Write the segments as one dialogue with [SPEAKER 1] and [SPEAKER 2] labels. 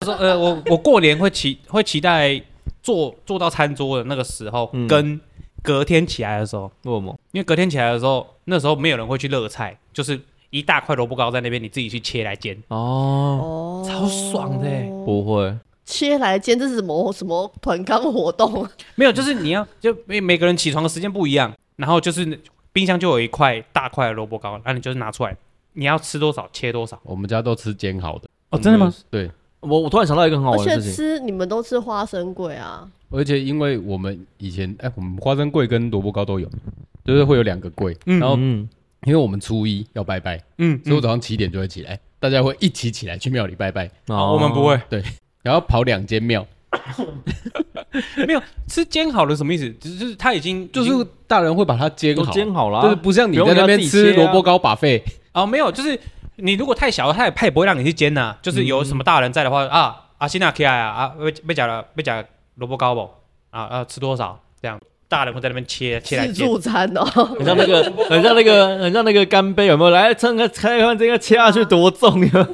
[SPEAKER 1] 呃，我我过年会期 会期待坐坐到餐桌的那个时候，
[SPEAKER 2] 嗯
[SPEAKER 1] 跟隔天起来的时候，
[SPEAKER 2] 为什么？
[SPEAKER 1] 因为隔天起来的时候，那时候没有人会去热菜，就是一大块萝卜糕在那边，你自己去切来煎。
[SPEAKER 2] 哦，
[SPEAKER 3] 哦，
[SPEAKER 1] 超爽的欸
[SPEAKER 2] 不会，
[SPEAKER 3] 切来煎，这是什么什么团康活动啊？
[SPEAKER 1] 没有，就是你要就每每个人起床的时间不一样，然后就是冰箱就有一块大块的萝卜糕，那你就是拿出来，你要吃多少切多少。
[SPEAKER 4] 我们家都吃煎好的。
[SPEAKER 1] 哦真的吗
[SPEAKER 4] 我们没有？对，
[SPEAKER 2] 我我突然想到一个很好
[SPEAKER 1] 哦
[SPEAKER 3] 而
[SPEAKER 2] 玩的
[SPEAKER 3] 且
[SPEAKER 2] 事情，
[SPEAKER 3] 吃你们都吃花生桂啊，
[SPEAKER 4] 而且因为我们以前，哎、我们花生柜跟萝卜糕都有，就是会有两个柜。
[SPEAKER 1] 嗯
[SPEAKER 4] 然后
[SPEAKER 2] 嗯，
[SPEAKER 4] 因为我们初一要拜拜，
[SPEAKER 1] 嗯，
[SPEAKER 4] 所以我早上七点就会起来，大家会一起起来去庙里拜拜，
[SPEAKER 1] 哦我们不会，
[SPEAKER 4] 然后跑两间庙，
[SPEAKER 1] 没有吃煎好了什么意思？就是就是它已经
[SPEAKER 4] 就
[SPEAKER 1] 已经
[SPEAKER 4] 是大人会把它煎
[SPEAKER 2] 都
[SPEAKER 4] 好，
[SPEAKER 2] 煎
[SPEAKER 1] 啊
[SPEAKER 2] 好啦，啊
[SPEAKER 4] 就是不像你在那边吃萝卜糕把费。
[SPEAKER 1] 哦，没有，就是你如果太小，他也他也不会让你去煎呐、就是有
[SPEAKER 4] 嗯
[SPEAKER 1] 什么大人在的话、啊，阿西娜起来啊，啊被被讲了被讲萝卜糕不啊啊吃多少这样，大人会在那边切切来
[SPEAKER 3] 自
[SPEAKER 1] 煎。
[SPEAKER 3] 助餐哦。
[SPEAKER 2] 很像那个，很像那个，很像那个干杯，有没有？来，趁个开饭，这个切下去多重呀！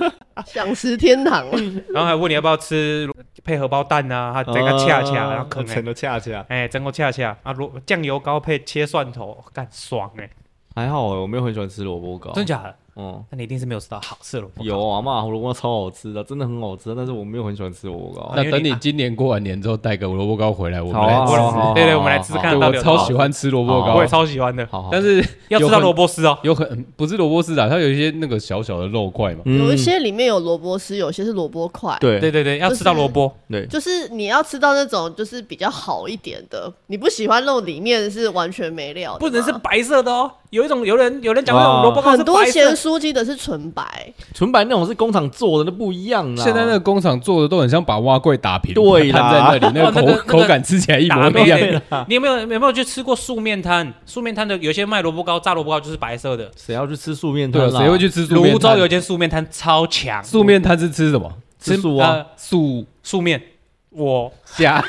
[SPEAKER 3] 想吃天堂，
[SPEAKER 1] 然后还问你要不要吃配荷包蛋啊，他 整
[SPEAKER 4] 哦
[SPEAKER 1] 个恰恰，然后啃、欸
[SPEAKER 2] 成，了啊恰恰，
[SPEAKER 1] 哎、整个恰恰啊，萝酱油膏配切蒜头，干爽哎、
[SPEAKER 2] 还好哎，我没有很喜欢吃萝卜糕，
[SPEAKER 1] 真假的？
[SPEAKER 2] 哦，
[SPEAKER 1] 那你一定是没有吃到好吃的萝卜糕。
[SPEAKER 2] 有啊嘛，萝卜糕超好吃的，真的很好吃，但是我没有很喜欢吃萝卜糕
[SPEAKER 1] 哦。
[SPEAKER 4] 那
[SPEAKER 1] 因为
[SPEAKER 4] 等
[SPEAKER 1] 你
[SPEAKER 4] 你今年过完年之后带个萝卜糕回来，我们
[SPEAKER 2] 好啊
[SPEAKER 4] 来
[SPEAKER 1] 我
[SPEAKER 4] 吃。
[SPEAKER 1] 来
[SPEAKER 2] 好好
[SPEAKER 1] 吃，对对，我们来吃
[SPEAKER 2] 好
[SPEAKER 1] 看
[SPEAKER 4] 对
[SPEAKER 1] 到
[SPEAKER 4] 哦我
[SPEAKER 1] 底有多
[SPEAKER 4] 超
[SPEAKER 1] 好
[SPEAKER 4] 喜欢吃萝卜
[SPEAKER 2] 好
[SPEAKER 1] 我
[SPEAKER 4] 糕
[SPEAKER 1] 也，超喜欢的，
[SPEAKER 2] 好好
[SPEAKER 4] 但是
[SPEAKER 1] 要吃
[SPEAKER 4] 有
[SPEAKER 1] 到
[SPEAKER 4] 很
[SPEAKER 1] 萝卜丝哦。
[SPEAKER 4] 有很不是萝卜丝啊，它有一些那个小小的肉块嘛。
[SPEAKER 3] 有一些里面有萝卜丝，有些是萝卜块。
[SPEAKER 2] 嗯对
[SPEAKER 1] 对对对，要吃到萝卜。
[SPEAKER 2] 对，
[SPEAKER 3] 就是你要吃到那种就是比较好一点的，你不喜欢那种里面是完全没料的嘛，
[SPEAKER 1] 不能是白色的哦。有一种有人有人讲那种
[SPEAKER 2] 哦
[SPEAKER 1] 萝卜糕是
[SPEAKER 3] 很多
[SPEAKER 1] 白色
[SPEAKER 3] 咸
[SPEAKER 1] 的，
[SPEAKER 3] 酥鸡的是纯白，
[SPEAKER 2] 纯白那种是工厂做的，那不一样啦。
[SPEAKER 4] 现在那个工厂做的都很像把蛙柜打平，
[SPEAKER 2] 啊对啦
[SPEAKER 4] 摊在那里，那
[SPEAKER 1] 哦那个
[SPEAKER 4] 个
[SPEAKER 1] 那个
[SPEAKER 4] 口口感吃起来一模
[SPEAKER 1] 打
[SPEAKER 4] 一样。
[SPEAKER 1] 面 的。你有没有有没有去吃过素面摊？素面摊的有些卖萝卜糕、炸萝卜糕就是白色的。
[SPEAKER 2] 谁要去吃素面
[SPEAKER 4] 对
[SPEAKER 2] 摊
[SPEAKER 4] 啊，
[SPEAKER 2] 啦？
[SPEAKER 4] 谁会去吃素
[SPEAKER 1] 泸
[SPEAKER 4] 面
[SPEAKER 1] 州
[SPEAKER 4] 摊？
[SPEAKER 1] 有一间素面摊超强，
[SPEAKER 4] 素面摊是吃什么？
[SPEAKER 2] 吃素啊？
[SPEAKER 1] 呃
[SPEAKER 4] 素
[SPEAKER 1] 素面。我
[SPEAKER 4] 虾。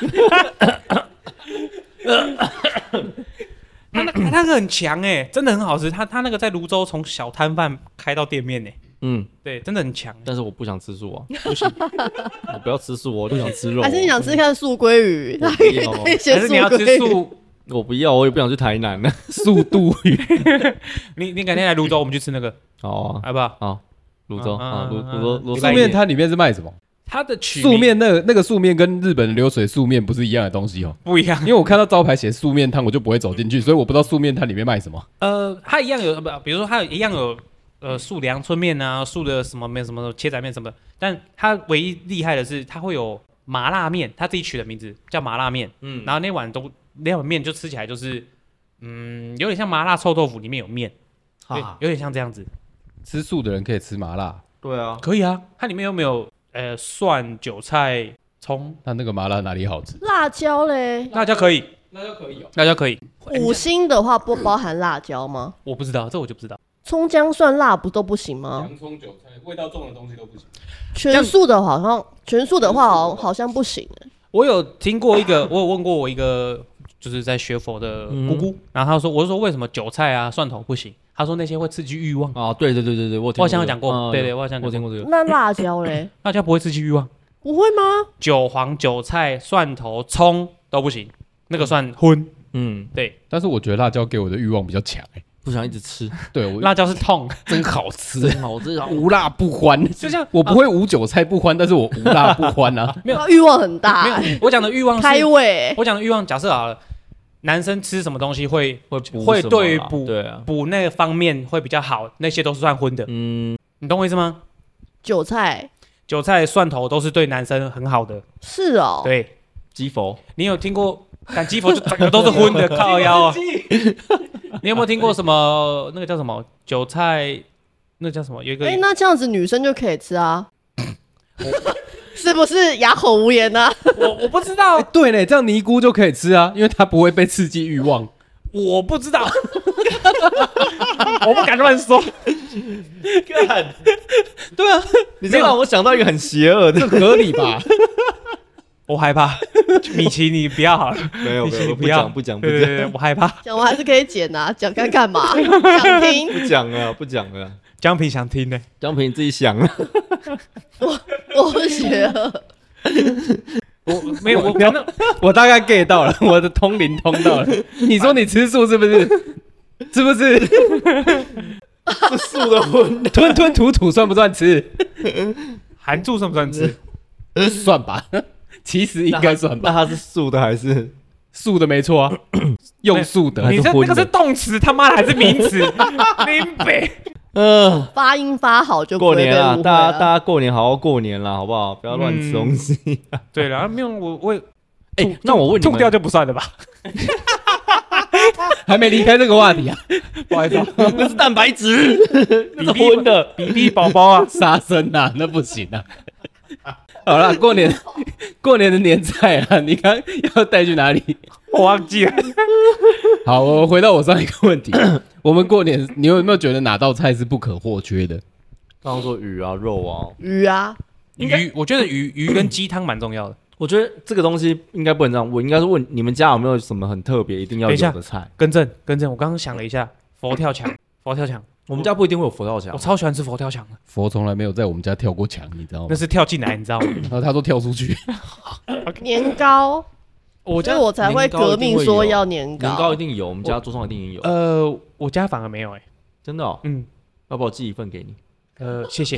[SPEAKER 1] 他那他那个很强哎、真的很好吃。他他那个在泸州从小摊贩开到店面呢、
[SPEAKER 2] 嗯，
[SPEAKER 1] 对，真的很强、
[SPEAKER 2] 但是我不想吃素啊，不行， 我不要吃素，我就想吃肉。
[SPEAKER 3] 还是你想吃看素鲑鱼？
[SPEAKER 2] 我
[SPEAKER 3] 那
[SPEAKER 2] 不
[SPEAKER 3] 可以
[SPEAKER 2] 要
[SPEAKER 3] 带一些
[SPEAKER 1] 嗯哦还是
[SPEAKER 3] 素
[SPEAKER 1] 你要吃
[SPEAKER 3] 鲑鱼。
[SPEAKER 1] 素？
[SPEAKER 2] 我不要，我也不想去台南了。
[SPEAKER 4] 速度鱼，
[SPEAKER 1] 你你改天来泸州，我们去吃那个，
[SPEAKER 2] 哦，
[SPEAKER 1] 好不好？
[SPEAKER 2] 泸州
[SPEAKER 1] 嗯
[SPEAKER 2] 啊，泸
[SPEAKER 1] 嗯
[SPEAKER 2] 泸州
[SPEAKER 1] 嗯礼
[SPEAKER 2] 泸州
[SPEAKER 4] 素
[SPEAKER 1] 拜一
[SPEAKER 4] 面摊里面是卖什么？
[SPEAKER 1] 它的曲
[SPEAKER 4] 素面那个那个素面跟日本的流水素面不是一样的东西哦，
[SPEAKER 1] 不一样，
[SPEAKER 4] 因为我看到招牌写素面摊，我就不会走进去，所以我不知道素面摊里面卖什么。
[SPEAKER 1] 呃，它一样有，不，比如说它一样有，呃，素凉春面啊，素的什么面什么切仔面什么的，但它唯一厉害的是它会有麻辣面，它自己取的名字叫麻辣面，
[SPEAKER 2] 嗯
[SPEAKER 1] 然后那碗都那碗面就吃起来就是，嗯，有点像麻辣臭豆腐里面有面，对
[SPEAKER 2] 啊，
[SPEAKER 1] 有点像这样子，
[SPEAKER 4] 吃素的人可以吃麻辣，
[SPEAKER 2] 对啊，
[SPEAKER 1] 可以啊，它里面有没有呃蒜、韭菜、葱？
[SPEAKER 4] 那那个麻辣哪里好吃？
[SPEAKER 3] 辣椒嘞，
[SPEAKER 1] 辣椒可以，
[SPEAKER 4] 那就可以哦。
[SPEAKER 1] 辣椒可以，
[SPEAKER 3] 五星的话不包含辣椒吗？
[SPEAKER 1] 我不知道，这我就不知道。
[SPEAKER 3] 葱姜蒜辣不都不行吗？
[SPEAKER 4] 葱韭菜，味道重的东西都不行。
[SPEAKER 3] 全素的好像全素的话好好像不行欸，
[SPEAKER 1] 我有听过一个，我有问过我一个就是在学佛的姑姑，然后她说，我就说为什么韭菜啊、蒜头不行？她说那些会刺激欲望。
[SPEAKER 2] 啊，对对对对对，我
[SPEAKER 1] 我好像有讲过，对对，
[SPEAKER 2] 我
[SPEAKER 1] 我好像
[SPEAKER 2] 啊哦我
[SPEAKER 1] 有
[SPEAKER 2] 听
[SPEAKER 1] 讲过，
[SPEAKER 2] 过这个，
[SPEAKER 3] 那辣椒嘞
[SPEAKER 1] 大家不会刺激欲望。
[SPEAKER 3] 不会吗？
[SPEAKER 1] 韭黄、韭菜、蒜头、葱都不行，那个算荤。
[SPEAKER 2] 嗯，
[SPEAKER 4] 但是我觉得辣椒给我的欲望比较强、欸，
[SPEAKER 2] 不想一 直吃，
[SPEAKER 4] 对我
[SPEAKER 1] 辣椒是痛，
[SPEAKER 4] 真好吃、
[SPEAKER 2] 真好吃，
[SPEAKER 4] 无辣不欢。
[SPEAKER 1] 就像
[SPEAKER 4] 我不会无韭菜不欢，但是我无辣不欢啊。
[SPEAKER 1] 没有
[SPEAKER 3] 他欲望很大欸，
[SPEAKER 1] 没有我讲的欲望
[SPEAKER 3] 开
[SPEAKER 1] 是，
[SPEAKER 3] 胃欸。
[SPEAKER 1] 我讲的欲望假设好了，男生吃什么东西会
[SPEAKER 2] 会补
[SPEAKER 1] 会
[SPEAKER 2] 什么
[SPEAKER 1] 对于
[SPEAKER 2] 啦
[SPEAKER 1] 补
[SPEAKER 2] 对啊，
[SPEAKER 1] 补那个方面会比较好，那些都是算荤的，
[SPEAKER 2] 嗯，
[SPEAKER 1] 你懂我意思吗？
[SPEAKER 3] 韭菜
[SPEAKER 1] 韭菜、蒜头都是对男生很好的，
[SPEAKER 3] 是哦，
[SPEAKER 1] 对。
[SPEAKER 2] 鸡佛
[SPEAKER 1] 你有听过赶鸡佛就整个都是荤 的靠腰啊？你有没有听过什么那个叫什么韭菜？那叫什么？有一个
[SPEAKER 3] 哎，那这样子女生就可以吃啊， 是不是哑口无言啊呢？
[SPEAKER 1] 我我不知道
[SPEAKER 4] 哎，对嘞，这样尼姑就可以吃啊，因为它不会被刺激欲望。
[SPEAKER 1] 我不知 道，我不敢乱说。对啊，
[SPEAKER 2] 你
[SPEAKER 1] 没
[SPEAKER 2] 这
[SPEAKER 1] 有
[SPEAKER 2] 让我想到一个很邪恶的，
[SPEAKER 4] 合理吧？
[SPEAKER 1] 我害怕。米奇，你不要好了，
[SPEAKER 2] 没有
[SPEAKER 1] 米
[SPEAKER 2] 没
[SPEAKER 1] 奇
[SPEAKER 2] 有
[SPEAKER 1] 你
[SPEAKER 2] 不
[SPEAKER 1] 要
[SPEAKER 2] 讲不讲不
[SPEAKER 1] 对对
[SPEAKER 2] 讲
[SPEAKER 1] 对，对我害怕。
[SPEAKER 3] 讲完还是可以剪啊，讲看干嘛？想听？
[SPEAKER 2] 不讲了不讲啊了，
[SPEAKER 1] 江平想听呢，
[SPEAKER 2] 江平你自己想啊，
[SPEAKER 3] 我学了，
[SPEAKER 1] 我没有我
[SPEAKER 4] 你要
[SPEAKER 1] 反正
[SPEAKER 4] 我大概 get 到了，我的通灵通到了。 你说你吃素是不 是？是不是
[SPEAKER 2] 是素的荤的，
[SPEAKER 4] 吞吞吐吐算不算吃？
[SPEAKER 1] 含住算不算吃？
[SPEAKER 4] 算吧， 其实应该算吧。
[SPEAKER 2] 那它是素的还是？
[SPEAKER 4] 素的没错 啊，用素的。
[SPEAKER 1] 你这
[SPEAKER 2] 还是荤
[SPEAKER 1] 那个
[SPEAKER 2] 的
[SPEAKER 1] 是动词，他妈的还是名 词？林北，
[SPEAKER 4] 呃
[SPEAKER 2] 嗯，
[SPEAKER 3] 发音发好就不
[SPEAKER 2] 过
[SPEAKER 3] 会被
[SPEAKER 2] 年啦，
[SPEAKER 3] 误会
[SPEAKER 2] 大家大
[SPEAKER 3] 了。
[SPEAKER 2] 家过年好好过年啦，好不好？不要乱吃东西。啊
[SPEAKER 1] 对了，没有我我也
[SPEAKER 4] 嗯
[SPEAKER 2] 哎
[SPEAKER 1] 吐
[SPEAKER 2] 那我问你们
[SPEAKER 1] 吐掉 就不算了吧？
[SPEAKER 4] 还没离开这个 话题啊，
[SPEAKER 1] 不好意思啊，
[SPEAKER 2] 那是蛋白质，
[SPEAKER 1] 比
[SPEAKER 2] 那
[SPEAKER 1] 比
[SPEAKER 2] 是荤的。
[SPEAKER 1] 比比宝宝啊，
[SPEAKER 4] 杀生啊，那不行啊。好啦，过年 过年的年菜啊，你刚要带去哪里？
[SPEAKER 1] 我忘记了。
[SPEAKER 4] 好，我回到我上一个问题，我们过年你有没有觉得哪道菜是不可或缺的？
[SPEAKER 2] 刚刚说鱼啊、肉啊，
[SPEAKER 3] 鱼啊，
[SPEAKER 1] 应该鱼，我觉得鱼鱼跟鸡汤蛮重要的。
[SPEAKER 2] 我觉得这个东西应该不能这样问，应该是问你们家有没有什么很特别、一定要
[SPEAKER 1] 等一下
[SPEAKER 2] 有的菜。
[SPEAKER 1] 更正更正，我刚刚想了一下，佛跳墙，佛跳墙，
[SPEAKER 2] 我们家不一定会有佛跳墙
[SPEAKER 1] 我，超喜欢吃佛跳墙的，
[SPEAKER 4] 佛从来没有在我们家跳过墙，你知道
[SPEAKER 1] 那
[SPEAKER 4] 吗？
[SPEAKER 1] 是跳进来，你知道吗？
[SPEAKER 4] 然后他都跳出去，
[SPEAKER 3] 年糕，
[SPEAKER 1] 我
[SPEAKER 3] 所以
[SPEAKER 1] 家
[SPEAKER 3] 我才会革命说要年糕。
[SPEAKER 2] 年糕一定有，我们家桌上一定有。
[SPEAKER 1] 呃，我家反而没有哎，
[SPEAKER 2] 真的哦，
[SPEAKER 1] 嗯。
[SPEAKER 2] 要不要寄一份给你？
[SPEAKER 1] 呃，谢 谢，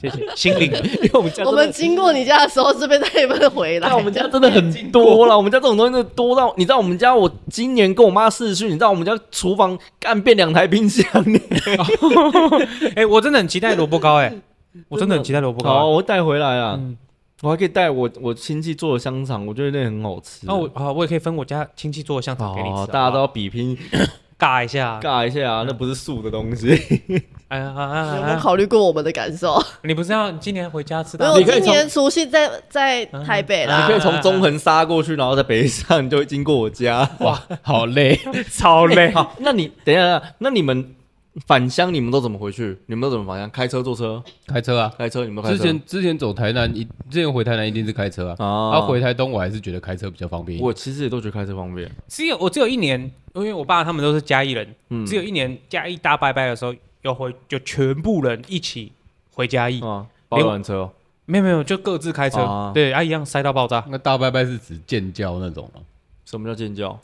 [SPEAKER 1] 谢谢，心 领。
[SPEAKER 2] 因为我们家
[SPEAKER 3] 我们经过你家的时候，顺便带你们回来。
[SPEAKER 2] 但我们家真的很多啦，我们家这种东西真的多到，你知道我们家我今年跟我妈试训，你知道我们家厨房干变两台冰箱呢。
[SPEAKER 1] 哎，我真的很期待萝卜糕，哎，我真的很期待萝卜
[SPEAKER 2] 好，
[SPEAKER 1] 糕。
[SPEAKER 2] 我会带回来啊，
[SPEAKER 1] 嗯，
[SPEAKER 2] 我还可以带我我亲戚做的香肠，我觉得那很好吃。
[SPEAKER 1] 那我啊，我也可以分我家亲戚做的香肠给你吃
[SPEAKER 2] 哦
[SPEAKER 1] 好，不好，
[SPEAKER 2] 大家都要比拼
[SPEAKER 1] 尬一下。
[SPEAKER 2] 尬一下啊，那不是素的东 西。
[SPEAKER 1] 哎呀啊啊
[SPEAKER 3] 有
[SPEAKER 1] 啊
[SPEAKER 3] 没
[SPEAKER 1] 啊！
[SPEAKER 3] 有考虑过我们的感受？
[SPEAKER 1] 你不是要今年回家吃
[SPEAKER 3] 没
[SPEAKER 1] 大餐
[SPEAKER 2] 啊
[SPEAKER 3] 有，
[SPEAKER 2] 你
[SPEAKER 3] 我
[SPEAKER 2] 可以
[SPEAKER 3] 今
[SPEAKER 2] 从
[SPEAKER 3] 年除夕在在
[SPEAKER 1] 嗯
[SPEAKER 3] 台北
[SPEAKER 1] 啊
[SPEAKER 2] 你
[SPEAKER 3] 啦
[SPEAKER 2] 可，以从中横杀过去，然后在北上，你就会经过我家。
[SPEAKER 4] 哇，好累。
[SPEAKER 1] 超累
[SPEAKER 2] 欸。 好，那你等一下，等一下那你们返乡你们都怎么回去？你们都怎么返乡？开车、坐车、
[SPEAKER 4] 开车啊，
[SPEAKER 2] 开车？你们都开
[SPEAKER 4] 之
[SPEAKER 2] 车？
[SPEAKER 4] 前之前走台南，一之前回台南一定是开车啊。
[SPEAKER 2] 啊
[SPEAKER 4] 啊，回台东我还是觉得开车比较方便一点。
[SPEAKER 2] 我其实也都觉得开车方便。
[SPEAKER 1] 只有我只有一年，因为我爸他们都是嘉义人，
[SPEAKER 2] 嗯，
[SPEAKER 1] 只有一年嘉义大拜拜的时候，要回就全部人一起回嘉义，
[SPEAKER 2] 啊，包完车哦
[SPEAKER 1] 没有没有，就各自开车，
[SPEAKER 2] 啊
[SPEAKER 1] 对啊，一样塞到爆炸。
[SPEAKER 4] 那大拜拜是指建教那种吗？
[SPEAKER 2] 什么叫尖叫？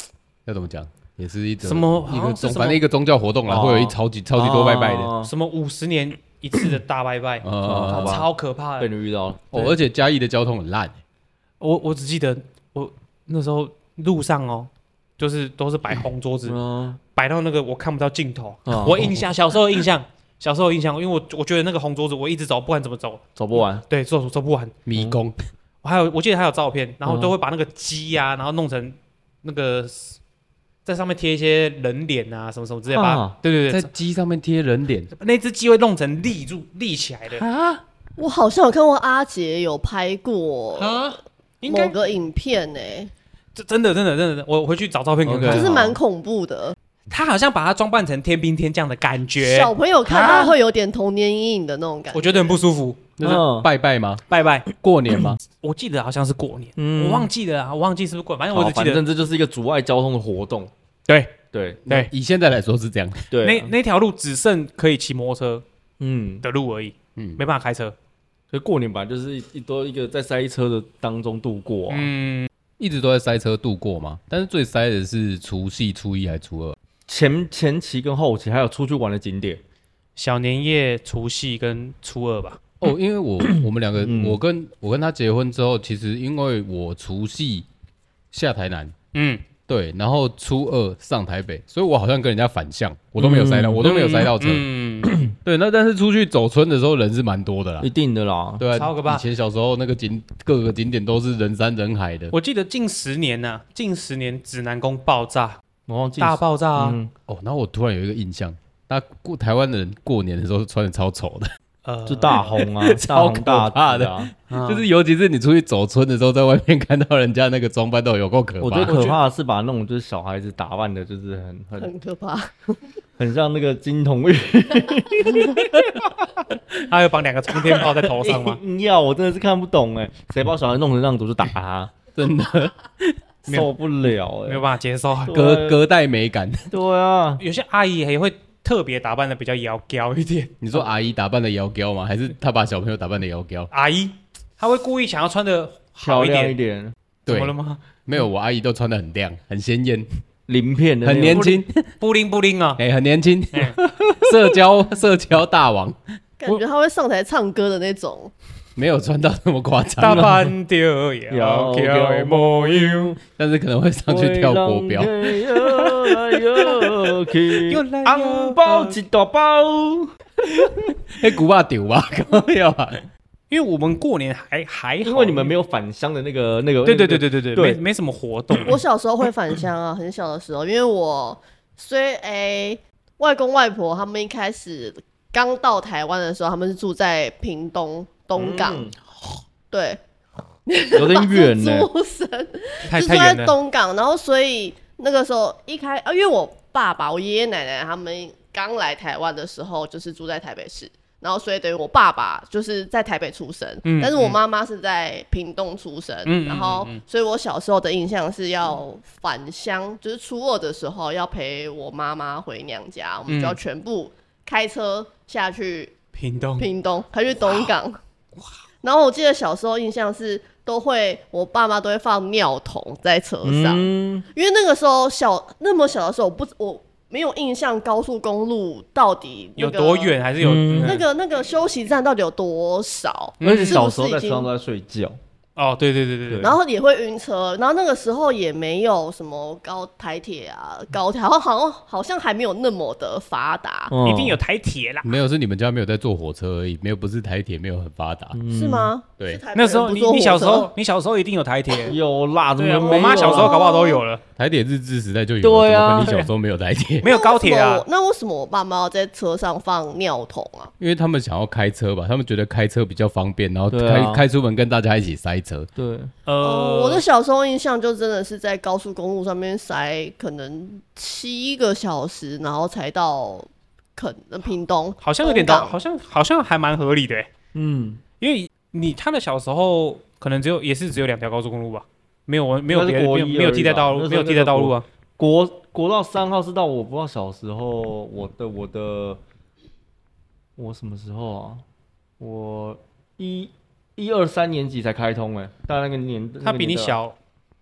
[SPEAKER 4] 要怎么讲？也是一种
[SPEAKER 1] 什么
[SPEAKER 4] 一
[SPEAKER 1] 好
[SPEAKER 4] 个
[SPEAKER 1] 像是
[SPEAKER 4] 宗，
[SPEAKER 1] 什么哦
[SPEAKER 4] 反正一个宗教活动啦，
[SPEAKER 2] 哦
[SPEAKER 4] 会有一超级超级多拜拜的。
[SPEAKER 2] 啊
[SPEAKER 1] 什么五十年一次的大拜拜，
[SPEAKER 4] 呃
[SPEAKER 2] 哦好吧
[SPEAKER 1] 超可怕
[SPEAKER 2] 被
[SPEAKER 1] 的。
[SPEAKER 2] 你遇到了。
[SPEAKER 4] 哦，而且嘉义的交通很烂欸，
[SPEAKER 1] 我我只记得我那时候路上哦，就是都是摆红桌子，
[SPEAKER 2] 嗯，
[SPEAKER 1] 摆到那个我看不到尽头。
[SPEAKER 2] 哦
[SPEAKER 1] 我印象小时候印象，小时候印象，因为我我觉得那个红桌子我一直走，不管怎么走，
[SPEAKER 2] 走不完。
[SPEAKER 1] 对，走走不完。
[SPEAKER 4] 迷宫
[SPEAKER 1] 我还有我记得还有照片，然
[SPEAKER 2] 嗯
[SPEAKER 1] 后都会把那个鸡呀、然后弄成那个在上面贴一些人脸啊，什么什么之类的。把它
[SPEAKER 2] 啊
[SPEAKER 1] 对对
[SPEAKER 4] 在
[SPEAKER 1] 对，
[SPEAKER 4] 鸡上面贴人脸，
[SPEAKER 1] 那只鸡会弄成立住立起来的，
[SPEAKER 3] 我好像有看过阿杰有拍过
[SPEAKER 2] 啊
[SPEAKER 1] 啊应该
[SPEAKER 3] 某个影片呢、
[SPEAKER 1] 这真的真的真的，我回去找照片给你
[SPEAKER 4] OK
[SPEAKER 1] 看
[SPEAKER 3] 就。是
[SPEAKER 4] 好
[SPEAKER 3] 蛮恐怖的。
[SPEAKER 1] 他好像把它装扮成天兵天将的感觉，
[SPEAKER 3] 小朋友看
[SPEAKER 2] 啊
[SPEAKER 3] 到会有点童年阴影的那种感
[SPEAKER 1] 我
[SPEAKER 3] 觉。
[SPEAKER 1] 觉得很不舒服。
[SPEAKER 4] 那是
[SPEAKER 1] 哦
[SPEAKER 2] 嗯
[SPEAKER 4] 拜拜吗？
[SPEAKER 1] 拜拜，
[SPEAKER 4] 过年吗？
[SPEAKER 1] 我记得好像是过年，
[SPEAKER 2] 嗯
[SPEAKER 1] 我忘记了啊，我忘记是不是过年，反正我
[SPEAKER 2] 好
[SPEAKER 1] 只记
[SPEAKER 2] 反
[SPEAKER 1] 得
[SPEAKER 2] 正这就是一个阻碍交通的活动。
[SPEAKER 1] 对
[SPEAKER 2] 对
[SPEAKER 1] 对，
[SPEAKER 4] 以现在来说是这样，
[SPEAKER 1] 那
[SPEAKER 2] 对，啊
[SPEAKER 1] 那条路只剩可以骑摩托车
[SPEAKER 2] 嗯，
[SPEAKER 1] 的路而已，
[SPEAKER 4] 嗯，
[SPEAKER 1] 没办法开车。
[SPEAKER 2] 所以过年本来就是一一都一个在塞车的当中度过啊。
[SPEAKER 1] 嗯，
[SPEAKER 4] 一直都在塞车度过嘛。但是最塞的是除夕、初一还是初二？
[SPEAKER 2] 前前期跟后期还有出去玩的景点，
[SPEAKER 1] 小年夜、除夕跟初二吧。
[SPEAKER 4] 哦，因为我我们两个，
[SPEAKER 2] 嗯
[SPEAKER 4] 我跟我跟他结婚之后，其实因为我除夕下台南，
[SPEAKER 1] 嗯，
[SPEAKER 4] 对，然后初二上台北，所以我好像跟人家反向，我都没有塞到，我都没有塞到车。
[SPEAKER 1] 嗯，
[SPEAKER 4] 对，那但是出去走村的时候人是蛮多的啦
[SPEAKER 2] 一。定的啦。
[SPEAKER 4] 对啊，
[SPEAKER 1] 超可怕
[SPEAKER 4] 以前小时候那个景各个景点都是人山人海
[SPEAKER 2] 嗯
[SPEAKER 4] 的。
[SPEAKER 1] 我记得近十年呐、近十年指南宫爆炸，
[SPEAKER 2] 然后进
[SPEAKER 1] 大爆炸啊。
[SPEAKER 2] 嗯，
[SPEAKER 4] 哦，然后我突然有一个印象，那过台湾的人过年的时候是穿的超丑的，
[SPEAKER 1] 呃，
[SPEAKER 2] 就大红啊，大
[SPEAKER 4] 超
[SPEAKER 2] 红大
[SPEAKER 4] 可怕
[SPEAKER 2] 紫
[SPEAKER 4] 的
[SPEAKER 2] 啊。
[SPEAKER 1] 啊
[SPEAKER 4] 就是尤其是你出去走村的时候，在外面看到人家那个装扮都有够可
[SPEAKER 2] 我
[SPEAKER 4] 怕
[SPEAKER 2] 觉得。可怕的是把那种就是小孩子打扮的，就是很很
[SPEAKER 3] 很可怕，
[SPEAKER 2] 很像那个金童玉
[SPEAKER 1] 他有绑两个冲天炮在头上吗？
[SPEAKER 2] 硬要，我真的是看不懂哎，谁把小孩弄成那样子我就打他，
[SPEAKER 4] 真的
[SPEAKER 1] 没有
[SPEAKER 2] 受不了
[SPEAKER 1] 没有
[SPEAKER 2] 哎。
[SPEAKER 1] 办法接受。
[SPEAKER 2] 对
[SPEAKER 4] 隔隔代美感。
[SPEAKER 2] 对啊，
[SPEAKER 1] 有些阿姨也会特别打扮的比较妖娇一点。啊
[SPEAKER 4] 你说阿姨打扮的妖娇吗？还是她把小朋友打扮的妖娇？
[SPEAKER 1] 阿姨，他会故意想要穿的
[SPEAKER 2] 漂
[SPEAKER 1] 好一
[SPEAKER 2] 亮一
[SPEAKER 1] 点，怎
[SPEAKER 2] 点，
[SPEAKER 4] 对
[SPEAKER 1] 么，了吗？
[SPEAKER 4] 没有，我阿姨都穿的很亮，很鲜艳，
[SPEAKER 2] 鳞片的那
[SPEAKER 4] 很
[SPEAKER 2] 种
[SPEAKER 4] 年轻，
[SPEAKER 1] 布灵布灵啊，
[SPEAKER 4] 哎，很年轻
[SPEAKER 1] 哎，
[SPEAKER 4] 社交社交大王，
[SPEAKER 3] 感觉他会上台唱歌的那种。
[SPEAKER 4] 没有穿到那么夸
[SPEAKER 1] 大
[SPEAKER 4] 张，啊
[SPEAKER 1] 半丢要叫模样，
[SPEAKER 4] 但是可能会上去跳国 标。
[SPEAKER 1] 又来
[SPEAKER 2] 红包一大包，
[SPEAKER 4] 哎，古巴丢吧， 搞要啊！
[SPEAKER 1] 因为我们过年还还好，
[SPEAKER 2] 因为你们没有返乡的那个那个，
[SPEAKER 1] 对对对
[SPEAKER 2] 那个，
[SPEAKER 1] 对对对，
[SPEAKER 2] 对
[SPEAKER 1] 没没什么活动，
[SPEAKER 3] 我小时候会返乡啊，很小的时候，因为我虽诶、外公外婆他们一开始刚到台湾的时候，他们是住在屏东东港，
[SPEAKER 2] 嗯
[SPEAKER 3] 对，
[SPEAKER 2] 有点远呢。
[SPEAKER 3] 住神
[SPEAKER 1] 太
[SPEAKER 3] 就
[SPEAKER 1] 太
[SPEAKER 3] 住在
[SPEAKER 1] 远了。
[SPEAKER 3] 东港，然后所以那个时候一开，啊，因为我爸爸、我爷爷奶奶他们刚来台湾的时候，就是住在台北市，然后所以等于我爸爸就是在台北出生，
[SPEAKER 1] 嗯
[SPEAKER 3] 但是我妈妈是在屏东出生，
[SPEAKER 1] 嗯
[SPEAKER 3] 然后
[SPEAKER 1] 嗯嗯嗯
[SPEAKER 3] 所以我小时候的印象是要返乡，就是初二的时候要陪我妈妈回娘家，我们就要
[SPEAKER 1] 嗯
[SPEAKER 3] 全部开车下去
[SPEAKER 1] 屏东，
[SPEAKER 3] 屏东，还去东港。然后我记得小时候印象是，都会我爸妈都会放尿桶在车上，
[SPEAKER 2] 嗯，
[SPEAKER 3] 因为那个时候小那么小的时候，我不我没有印象高速公路到底、那
[SPEAKER 1] 有
[SPEAKER 3] 个、
[SPEAKER 1] 多，远还是有
[SPEAKER 2] 嗯
[SPEAKER 3] 那个那个休息站到底有多少，
[SPEAKER 1] 嗯
[SPEAKER 2] 而且小时候在车
[SPEAKER 3] 是不是已经
[SPEAKER 2] 上都在睡觉，
[SPEAKER 1] 哦，对对对对对，
[SPEAKER 3] 然后也会晕车，然后那个时候也没有什么高台铁啊高铁，好像好像好像还没有那么的发达，
[SPEAKER 2] 嗯
[SPEAKER 1] 一定有台铁啦。
[SPEAKER 4] 没有，是你们家没有在坐火车而已，没有，不是台铁没有很发
[SPEAKER 1] 嗯
[SPEAKER 4] 达。
[SPEAKER 2] 嗯
[SPEAKER 3] 是吗？
[SPEAKER 4] 对
[SPEAKER 3] 是台北
[SPEAKER 1] 那时候
[SPEAKER 3] 人不
[SPEAKER 1] 你
[SPEAKER 3] 坐
[SPEAKER 1] 你
[SPEAKER 3] 火
[SPEAKER 1] 小时
[SPEAKER 3] 车
[SPEAKER 1] 候，你小时候一定有台铁。
[SPEAKER 2] 有啦，怎
[SPEAKER 1] 对啊，
[SPEAKER 2] 么
[SPEAKER 1] 我妈小时候搞不好都有了，
[SPEAKER 4] 台铁日治时代就有了，
[SPEAKER 2] 对啊
[SPEAKER 4] 怎么可能你小时候没有台 铁，
[SPEAKER 1] 没有高铁
[SPEAKER 3] 那为
[SPEAKER 1] 啊
[SPEAKER 3] 什么我。那为什么我爸妈要在车上放尿桶啊？
[SPEAKER 4] 因为他们想要开车吧，他们觉得开车比较方便，然后
[SPEAKER 2] 对
[SPEAKER 4] 开、
[SPEAKER 2] 啊
[SPEAKER 4] 开出门跟大家一起塞车。
[SPEAKER 2] 对，
[SPEAKER 3] 哦，我
[SPEAKER 1] 呃
[SPEAKER 3] 的，小时候印象就真的是在高速公路上面塞可能七个小时，然后才到垦呃屏东。
[SPEAKER 1] 好像有点到，
[SPEAKER 3] 东港
[SPEAKER 1] 好像好像还蛮合理的欸，
[SPEAKER 2] 嗯，
[SPEAKER 1] 因为你他的小时候可能只有也是只有两条高速公路吧，没有没有
[SPEAKER 2] 那是
[SPEAKER 1] 别的
[SPEAKER 2] 国
[SPEAKER 1] 没
[SPEAKER 2] 一
[SPEAKER 1] 有没有
[SPEAKER 2] 而已
[SPEAKER 1] 替代
[SPEAKER 2] 吧
[SPEAKER 1] 道路，
[SPEAKER 2] 那时候
[SPEAKER 1] 没有替代道路啊。
[SPEAKER 2] 国国道三号是到我不知道小时候我的我的我什么时候啊？我一一二三年级才开通哎，大概那个年
[SPEAKER 1] 他比你，
[SPEAKER 2] 那个年代啊
[SPEAKER 1] 小，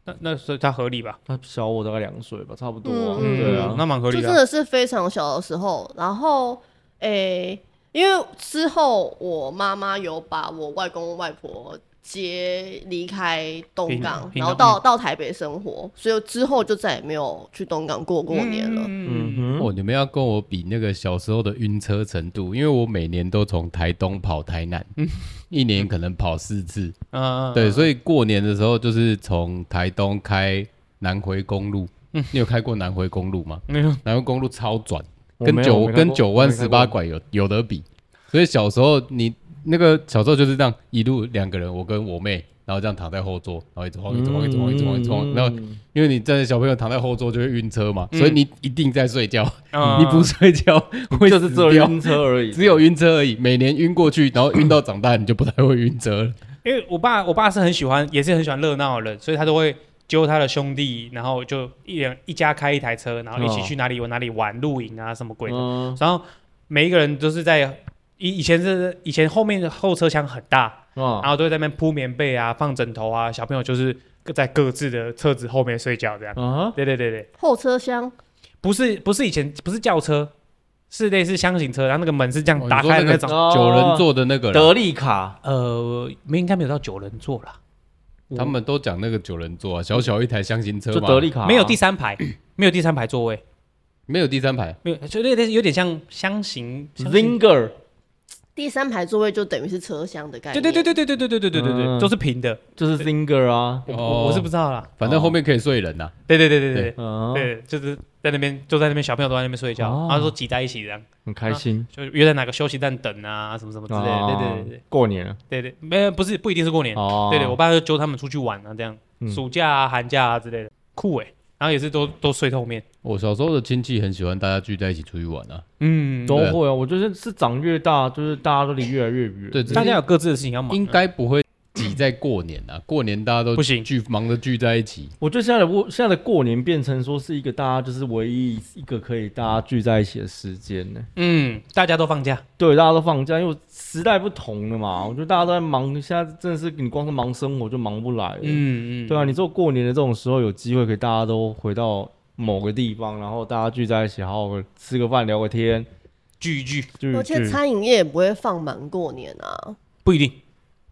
[SPEAKER 1] 那那所以他合理吧？
[SPEAKER 2] 他小我大概两岁吧，差不多啊，
[SPEAKER 3] 嗯
[SPEAKER 2] 对啊，
[SPEAKER 1] 那蛮合
[SPEAKER 3] 就
[SPEAKER 1] 理
[SPEAKER 3] 真
[SPEAKER 1] 的啊。
[SPEAKER 3] 的是非常小的时候。然后，诶、因为之后我妈妈有把我外公外婆接离开东
[SPEAKER 1] 屏，
[SPEAKER 3] 港
[SPEAKER 1] 屏东
[SPEAKER 3] 然后到到台北生活，所以之后就再也没有去东港过过年了。
[SPEAKER 1] 嗯，
[SPEAKER 2] 嗯哼，
[SPEAKER 4] 哦，你们要跟我比那个小时候的晕车程度，因为我每年都从台东跑台南，
[SPEAKER 2] 嗯
[SPEAKER 4] 一年可能跑四次。
[SPEAKER 1] 嗯
[SPEAKER 4] 对，
[SPEAKER 1] 以
[SPEAKER 4] 所以过年的时候就是从台东开南回公路。
[SPEAKER 2] 嗯
[SPEAKER 4] 你有开过南回公路吗？
[SPEAKER 1] 没有
[SPEAKER 4] 南回公路超转，
[SPEAKER 2] 我
[SPEAKER 4] 跟
[SPEAKER 2] 没有
[SPEAKER 4] 九
[SPEAKER 2] 我没开过
[SPEAKER 4] 跟九弯十八
[SPEAKER 2] 我没开过
[SPEAKER 4] 拐有有得比。所以小时候你那个小时候就是这样一路两个人，我跟我妹，然后这样躺在后座，然后一直晃，一直晃，一直晃，一直晃，一直晃。然后
[SPEAKER 2] 嗯
[SPEAKER 4] 因为你站着小朋友躺在后座就会晕车嘛，所以你一定在睡觉，你
[SPEAKER 1] 你
[SPEAKER 4] 不睡 觉会
[SPEAKER 2] 嗯就是
[SPEAKER 4] 死
[SPEAKER 2] 只有
[SPEAKER 4] 掉
[SPEAKER 2] 晕车而已，
[SPEAKER 4] 只有晕车而已。每年晕过去，然后晕到长大你就不太会晕车了。
[SPEAKER 1] 因为我爸，我爸是很喜欢，也是很喜欢热闹的人，所以他都会揪他的兄弟，然后就一人一家开一台车，然后一起去哪里玩哪里玩露营啊什么鬼的。
[SPEAKER 2] 嗯
[SPEAKER 1] 然后每一个人都是在以以前是以前后面的后车厢很大，
[SPEAKER 2] 啊，
[SPEAKER 1] 然后都会在那边铺棉被啊、放枕头啊，小朋友就是各在各自的车子后面睡觉这样。
[SPEAKER 2] 啊
[SPEAKER 1] 对对对对，
[SPEAKER 3] 后车厢
[SPEAKER 1] 不是不是以前不是轿车，是类似箱型车，然后那个门是这
[SPEAKER 4] 哦
[SPEAKER 1] 样
[SPEAKER 4] 你
[SPEAKER 1] 打
[SPEAKER 4] 说
[SPEAKER 1] 开的
[SPEAKER 4] 那
[SPEAKER 1] 那
[SPEAKER 4] 个
[SPEAKER 1] 种。
[SPEAKER 2] 哦
[SPEAKER 4] 九人座的那个啦，
[SPEAKER 2] 德利卡，
[SPEAKER 1] 呃，没应该没有到九人座啦，
[SPEAKER 4] 他们都讲那个九人座啊，小小一台箱型车
[SPEAKER 2] 就
[SPEAKER 4] 嘛，
[SPEAKER 2] 德利卡啊，
[SPEAKER 1] 没有第三排，没有第三排座位，
[SPEAKER 4] 没有第三排，
[SPEAKER 1] 没有，就那那有点像箱型。箱型
[SPEAKER 2] Zinger
[SPEAKER 3] 第三排座位就等于是车厢的概
[SPEAKER 1] 对
[SPEAKER 3] 念。
[SPEAKER 1] 对对对对对对对对对对对，
[SPEAKER 2] 嗯
[SPEAKER 1] 都是平的，
[SPEAKER 2] 就是 Zinger 啊，
[SPEAKER 1] 我
[SPEAKER 4] 哦
[SPEAKER 1] 我我是不知道啦。
[SPEAKER 4] 反正后面可以睡人呐、啊
[SPEAKER 1] 对对对对对
[SPEAKER 2] 嗯，
[SPEAKER 1] 对，就是在那边就在那边小朋友都在那边睡觉，
[SPEAKER 2] 哦
[SPEAKER 1] 然后说挤在一起这样，
[SPEAKER 2] 很开心
[SPEAKER 1] 就约在哪个休息站等啊，什么什么之类的。对对对对
[SPEAKER 2] 啊过年了
[SPEAKER 1] 对对，没有不是不一定是过年，
[SPEAKER 2] 哦
[SPEAKER 1] 对对，我爸就揪他们出去玩啊，这样
[SPEAKER 2] 嗯
[SPEAKER 1] 暑假啊、寒假啊之类的，酷哎。然后也是都都睡后面，
[SPEAKER 4] 我小时候的亲戚很喜欢大家聚在一起出去玩啊，
[SPEAKER 1] 嗯，
[SPEAKER 2] 都会啊，我觉得是长越大，就是大家都离越来越远，
[SPEAKER 4] 对，只
[SPEAKER 1] 大家
[SPEAKER 2] 嗯
[SPEAKER 4] 是
[SPEAKER 1] 有各自的事情要忙啊。
[SPEAKER 4] 应该不会挤在过年啊，过年大家都
[SPEAKER 1] 不行
[SPEAKER 4] 聚忙着聚在一起，
[SPEAKER 2] 我觉得现在的过现在的过年变成说是一个大家就是唯一一个可以大家聚在一起的时间呢、
[SPEAKER 1] 嗯，大家都放假，
[SPEAKER 2] 对，大家都放假，因为时代不同了嘛。我觉得大家都在忙，现在真的是你光是忙生活就忙不来了。
[SPEAKER 1] 嗯嗯，
[SPEAKER 2] 对啊，你做过年的这种时候，有机会可以大家都回到某个地方，然后大家聚在一起，好好吃个饭，聊个天，
[SPEAKER 1] 聚一聚
[SPEAKER 2] 就是
[SPEAKER 3] 而且餐饮业也不会放满过年啊，
[SPEAKER 1] 不一定，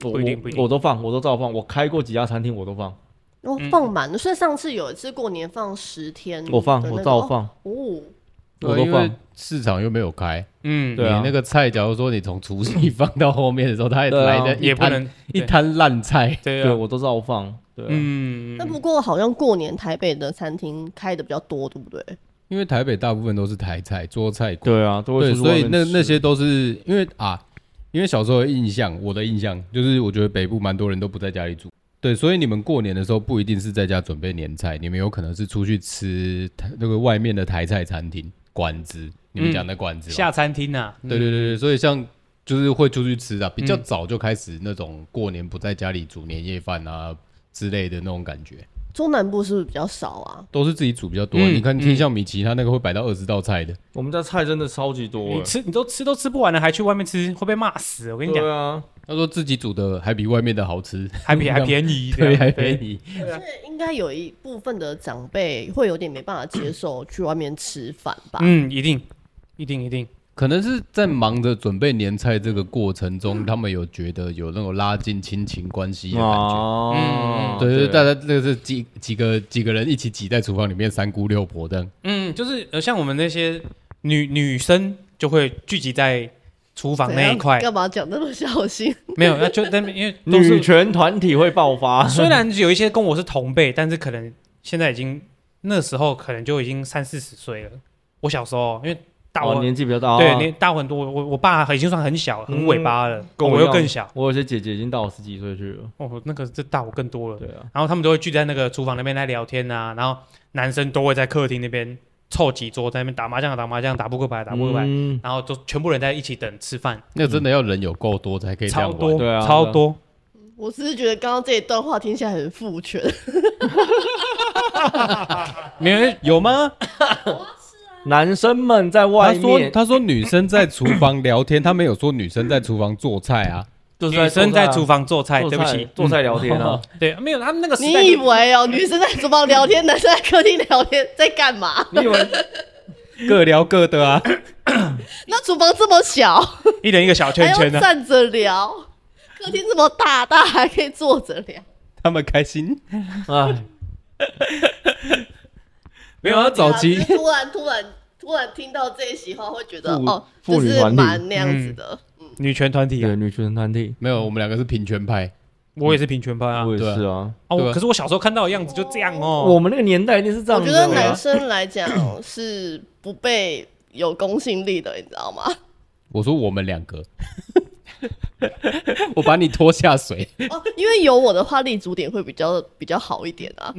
[SPEAKER 2] 我
[SPEAKER 1] 不一定不一定
[SPEAKER 2] 我都放，我都照放。我开过几家餐厅，我都放，
[SPEAKER 1] 嗯
[SPEAKER 3] 然后哦放满，所以上次有一次过年放十天的那个，
[SPEAKER 2] 我放，我照放，
[SPEAKER 3] 哦，
[SPEAKER 2] 我
[SPEAKER 4] 因
[SPEAKER 2] 都
[SPEAKER 4] 为
[SPEAKER 2] 放。
[SPEAKER 4] 市场又没有开，
[SPEAKER 1] 嗯，
[SPEAKER 2] 啊对啊
[SPEAKER 4] 你那个菜，假如说你从除夕放到后面的时候，它也
[SPEAKER 2] 对啊
[SPEAKER 4] 来的
[SPEAKER 1] 也不能
[SPEAKER 4] 一摊烂菜，
[SPEAKER 1] 对
[SPEAKER 2] 对，
[SPEAKER 1] 啊，
[SPEAKER 2] 我都照放。对啊，
[SPEAKER 1] 嗯，
[SPEAKER 3] 那不过好像过年台北的餐厅开的比较多，对不对？
[SPEAKER 4] 因为台北大部分都是台菜、桌菜馆，
[SPEAKER 2] 对啊，都会
[SPEAKER 4] 对，
[SPEAKER 2] 出去
[SPEAKER 4] 所以
[SPEAKER 2] 外面
[SPEAKER 4] 那
[SPEAKER 2] 吃
[SPEAKER 4] 那些都是因为啊，因为小时候的印象，我的印象就是我觉得北部蛮多人都不在家里煮。对，所以你们过年的时候不一定是在家准备年菜，你们有可能是出去吃台那个外面的台菜餐厅馆子，你们讲的馆
[SPEAKER 2] 啊
[SPEAKER 4] 子嘛、
[SPEAKER 1] 下餐厅啊呐，
[SPEAKER 4] 对对对对，所以像就是会出去吃啊，比较早就开始那种过年不在家里煮年夜饭啊之类的那种感觉，
[SPEAKER 3] 中南部是不是比较少啊？
[SPEAKER 4] 都是自己煮比较多啊、
[SPEAKER 1] 嗯
[SPEAKER 4] 你看天象米奇他那个会摆到二十道菜的，
[SPEAKER 2] 我们家菜真的超级多
[SPEAKER 1] 你
[SPEAKER 2] 欸，
[SPEAKER 1] 吃你都吃都吃不完了，还去外面吃，会被骂死。我跟你讲
[SPEAKER 2] 对，啊，
[SPEAKER 4] 他说自己煮的还比外面的好吃，
[SPEAKER 1] 还便还便宜，啊
[SPEAKER 4] 对，还便
[SPEAKER 1] 宜。
[SPEAKER 4] 宜。
[SPEAKER 3] 而且应该有一部分的长辈会有点没办法接受去外面吃饭吧？
[SPEAKER 1] 嗯，一定，一定，一定。
[SPEAKER 4] 可能是在忙着准备年菜这个过程中，他们有觉得有那种拉近亲情关系的感觉。
[SPEAKER 1] 嗯
[SPEAKER 2] 哦，
[SPEAKER 4] 对对，大家这个是几几个几个人一起挤在厨房里面三姑六婆这样，
[SPEAKER 1] 嗯，就是呃，像我们那些女女生就会聚集在厨房
[SPEAKER 3] 怎
[SPEAKER 1] 那
[SPEAKER 3] 样
[SPEAKER 1] 一块，
[SPEAKER 3] 干嘛讲那么小心？
[SPEAKER 1] 没有，那就但因为都
[SPEAKER 2] 女
[SPEAKER 1] 是，
[SPEAKER 2] 权团体会爆发
[SPEAKER 1] 虽然有一些跟我是同辈，但是可能现在已经那时候可能就已经三四十岁了。我小时候因为 大我、
[SPEAKER 2] 哦年纪比较大啊，
[SPEAKER 1] 对年大我很多，我我我爸已经算很小很尾巴了，
[SPEAKER 2] 跟
[SPEAKER 1] 我
[SPEAKER 2] 一
[SPEAKER 1] 又
[SPEAKER 2] 样
[SPEAKER 1] 更小，
[SPEAKER 2] 我有些姐姐已经到我十几岁去了，
[SPEAKER 1] 哦，那个这大我更多了。
[SPEAKER 2] 对啊，
[SPEAKER 1] 然后他们都会聚在那个厨房那边来聊天啊，然后男生都会在客厅那边凑几桌，在那边打麻将、打麻将、打扑克牌、打扑克牌，
[SPEAKER 2] 嗯
[SPEAKER 1] 然后就全部人在一起等吃饭，
[SPEAKER 4] 那真的要人有够多才可以这样
[SPEAKER 1] 超
[SPEAKER 4] 玩。
[SPEAKER 1] 多，
[SPEAKER 2] 对啊
[SPEAKER 1] 超多。
[SPEAKER 3] 我只是觉得刚刚这一段话听起来很父权，
[SPEAKER 1] 没有有吗？
[SPEAKER 2] 男生们在外
[SPEAKER 4] 他说：“
[SPEAKER 2] 面，
[SPEAKER 4] 他说女生在厨房聊天，他没有说女生在厨房做菜啊。
[SPEAKER 2] 就是
[SPEAKER 1] 女生在厨
[SPEAKER 2] 房
[SPEAKER 1] 房做菜，
[SPEAKER 2] 做
[SPEAKER 1] 对不起，
[SPEAKER 2] 做菜聊天啊，
[SPEAKER 1] 嗯对，没有他们那个时
[SPEAKER 3] 你
[SPEAKER 1] 代
[SPEAKER 3] 以为哦，女生在厨房聊天，男生在客厅聊天，在 干嘛？
[SPEAKER 2] 你 以为
[SPEAKER 4] 各聊各的啊，
[SPEAKER 3] 那厨房这么小，
[SPEAKER 1] 一人一个小
[SPEAKER 3] 还
[SPEAKER 1] 圈
[SPEAKER 3] 要
[SPEAKER 1] 圈啊的，
[SPEAKER 3] 站着聊，客厅这么大，大家还可以坐着聊。
[SPEAKER 4] 他们开心。
[SPEAKER 2] 哎，
[SPEAKER 4] 没有啊，早期
[SPEAKER 3] 对啊就是突然突然突然听到这一席话，会觉得
[SPEAKER 2] 妇
[SPEAKER 3] 哦，
[SPEAKER 2] 妇
[SPEAKER 3] 就
[SPEAKER 2] 女
[SPEAKER 3] 是
[SPEAKER 2] 团体
[SPEAKER 3] 蛮那样子的。
[SPEAKER 1] 女权团体啊
[SPEAKER 2] 对，女权团体，
[SPEAKER 4] 没有，我们两个是平权派。
[SPEAKER 1] 我也是平权派啊。
[SPEAKER 2] 我也
[SPEAKER 4] 对啊
[SPEAKER 2] 是啊，
[SPEAKER 1] 哦，
[SPEAKER 4] 对啊
[SPEAKER 1] 可是我小时候看到的样子就这样哦。
[SPEAKER 2] 我们那个年代一定是这
[SPEAKER 3] 我
[SPEAKER 2] 样
[SPEAKER 3] 觉
[SPEAKER 2] 子
[SPEAKER 3] 得
[SPEAKER 2] 的
[SPEAKER 3] 男
[SPEAKER 2] 啊，
[SPEAKER 3] 生来讲是不被有公信力的，你知道吗？
[SPEAKER 4] 我说我们两个， 我把你拖下水。
[SPEAKER 3] 哦，因为有我的话，立足点会比较比较好一点啊。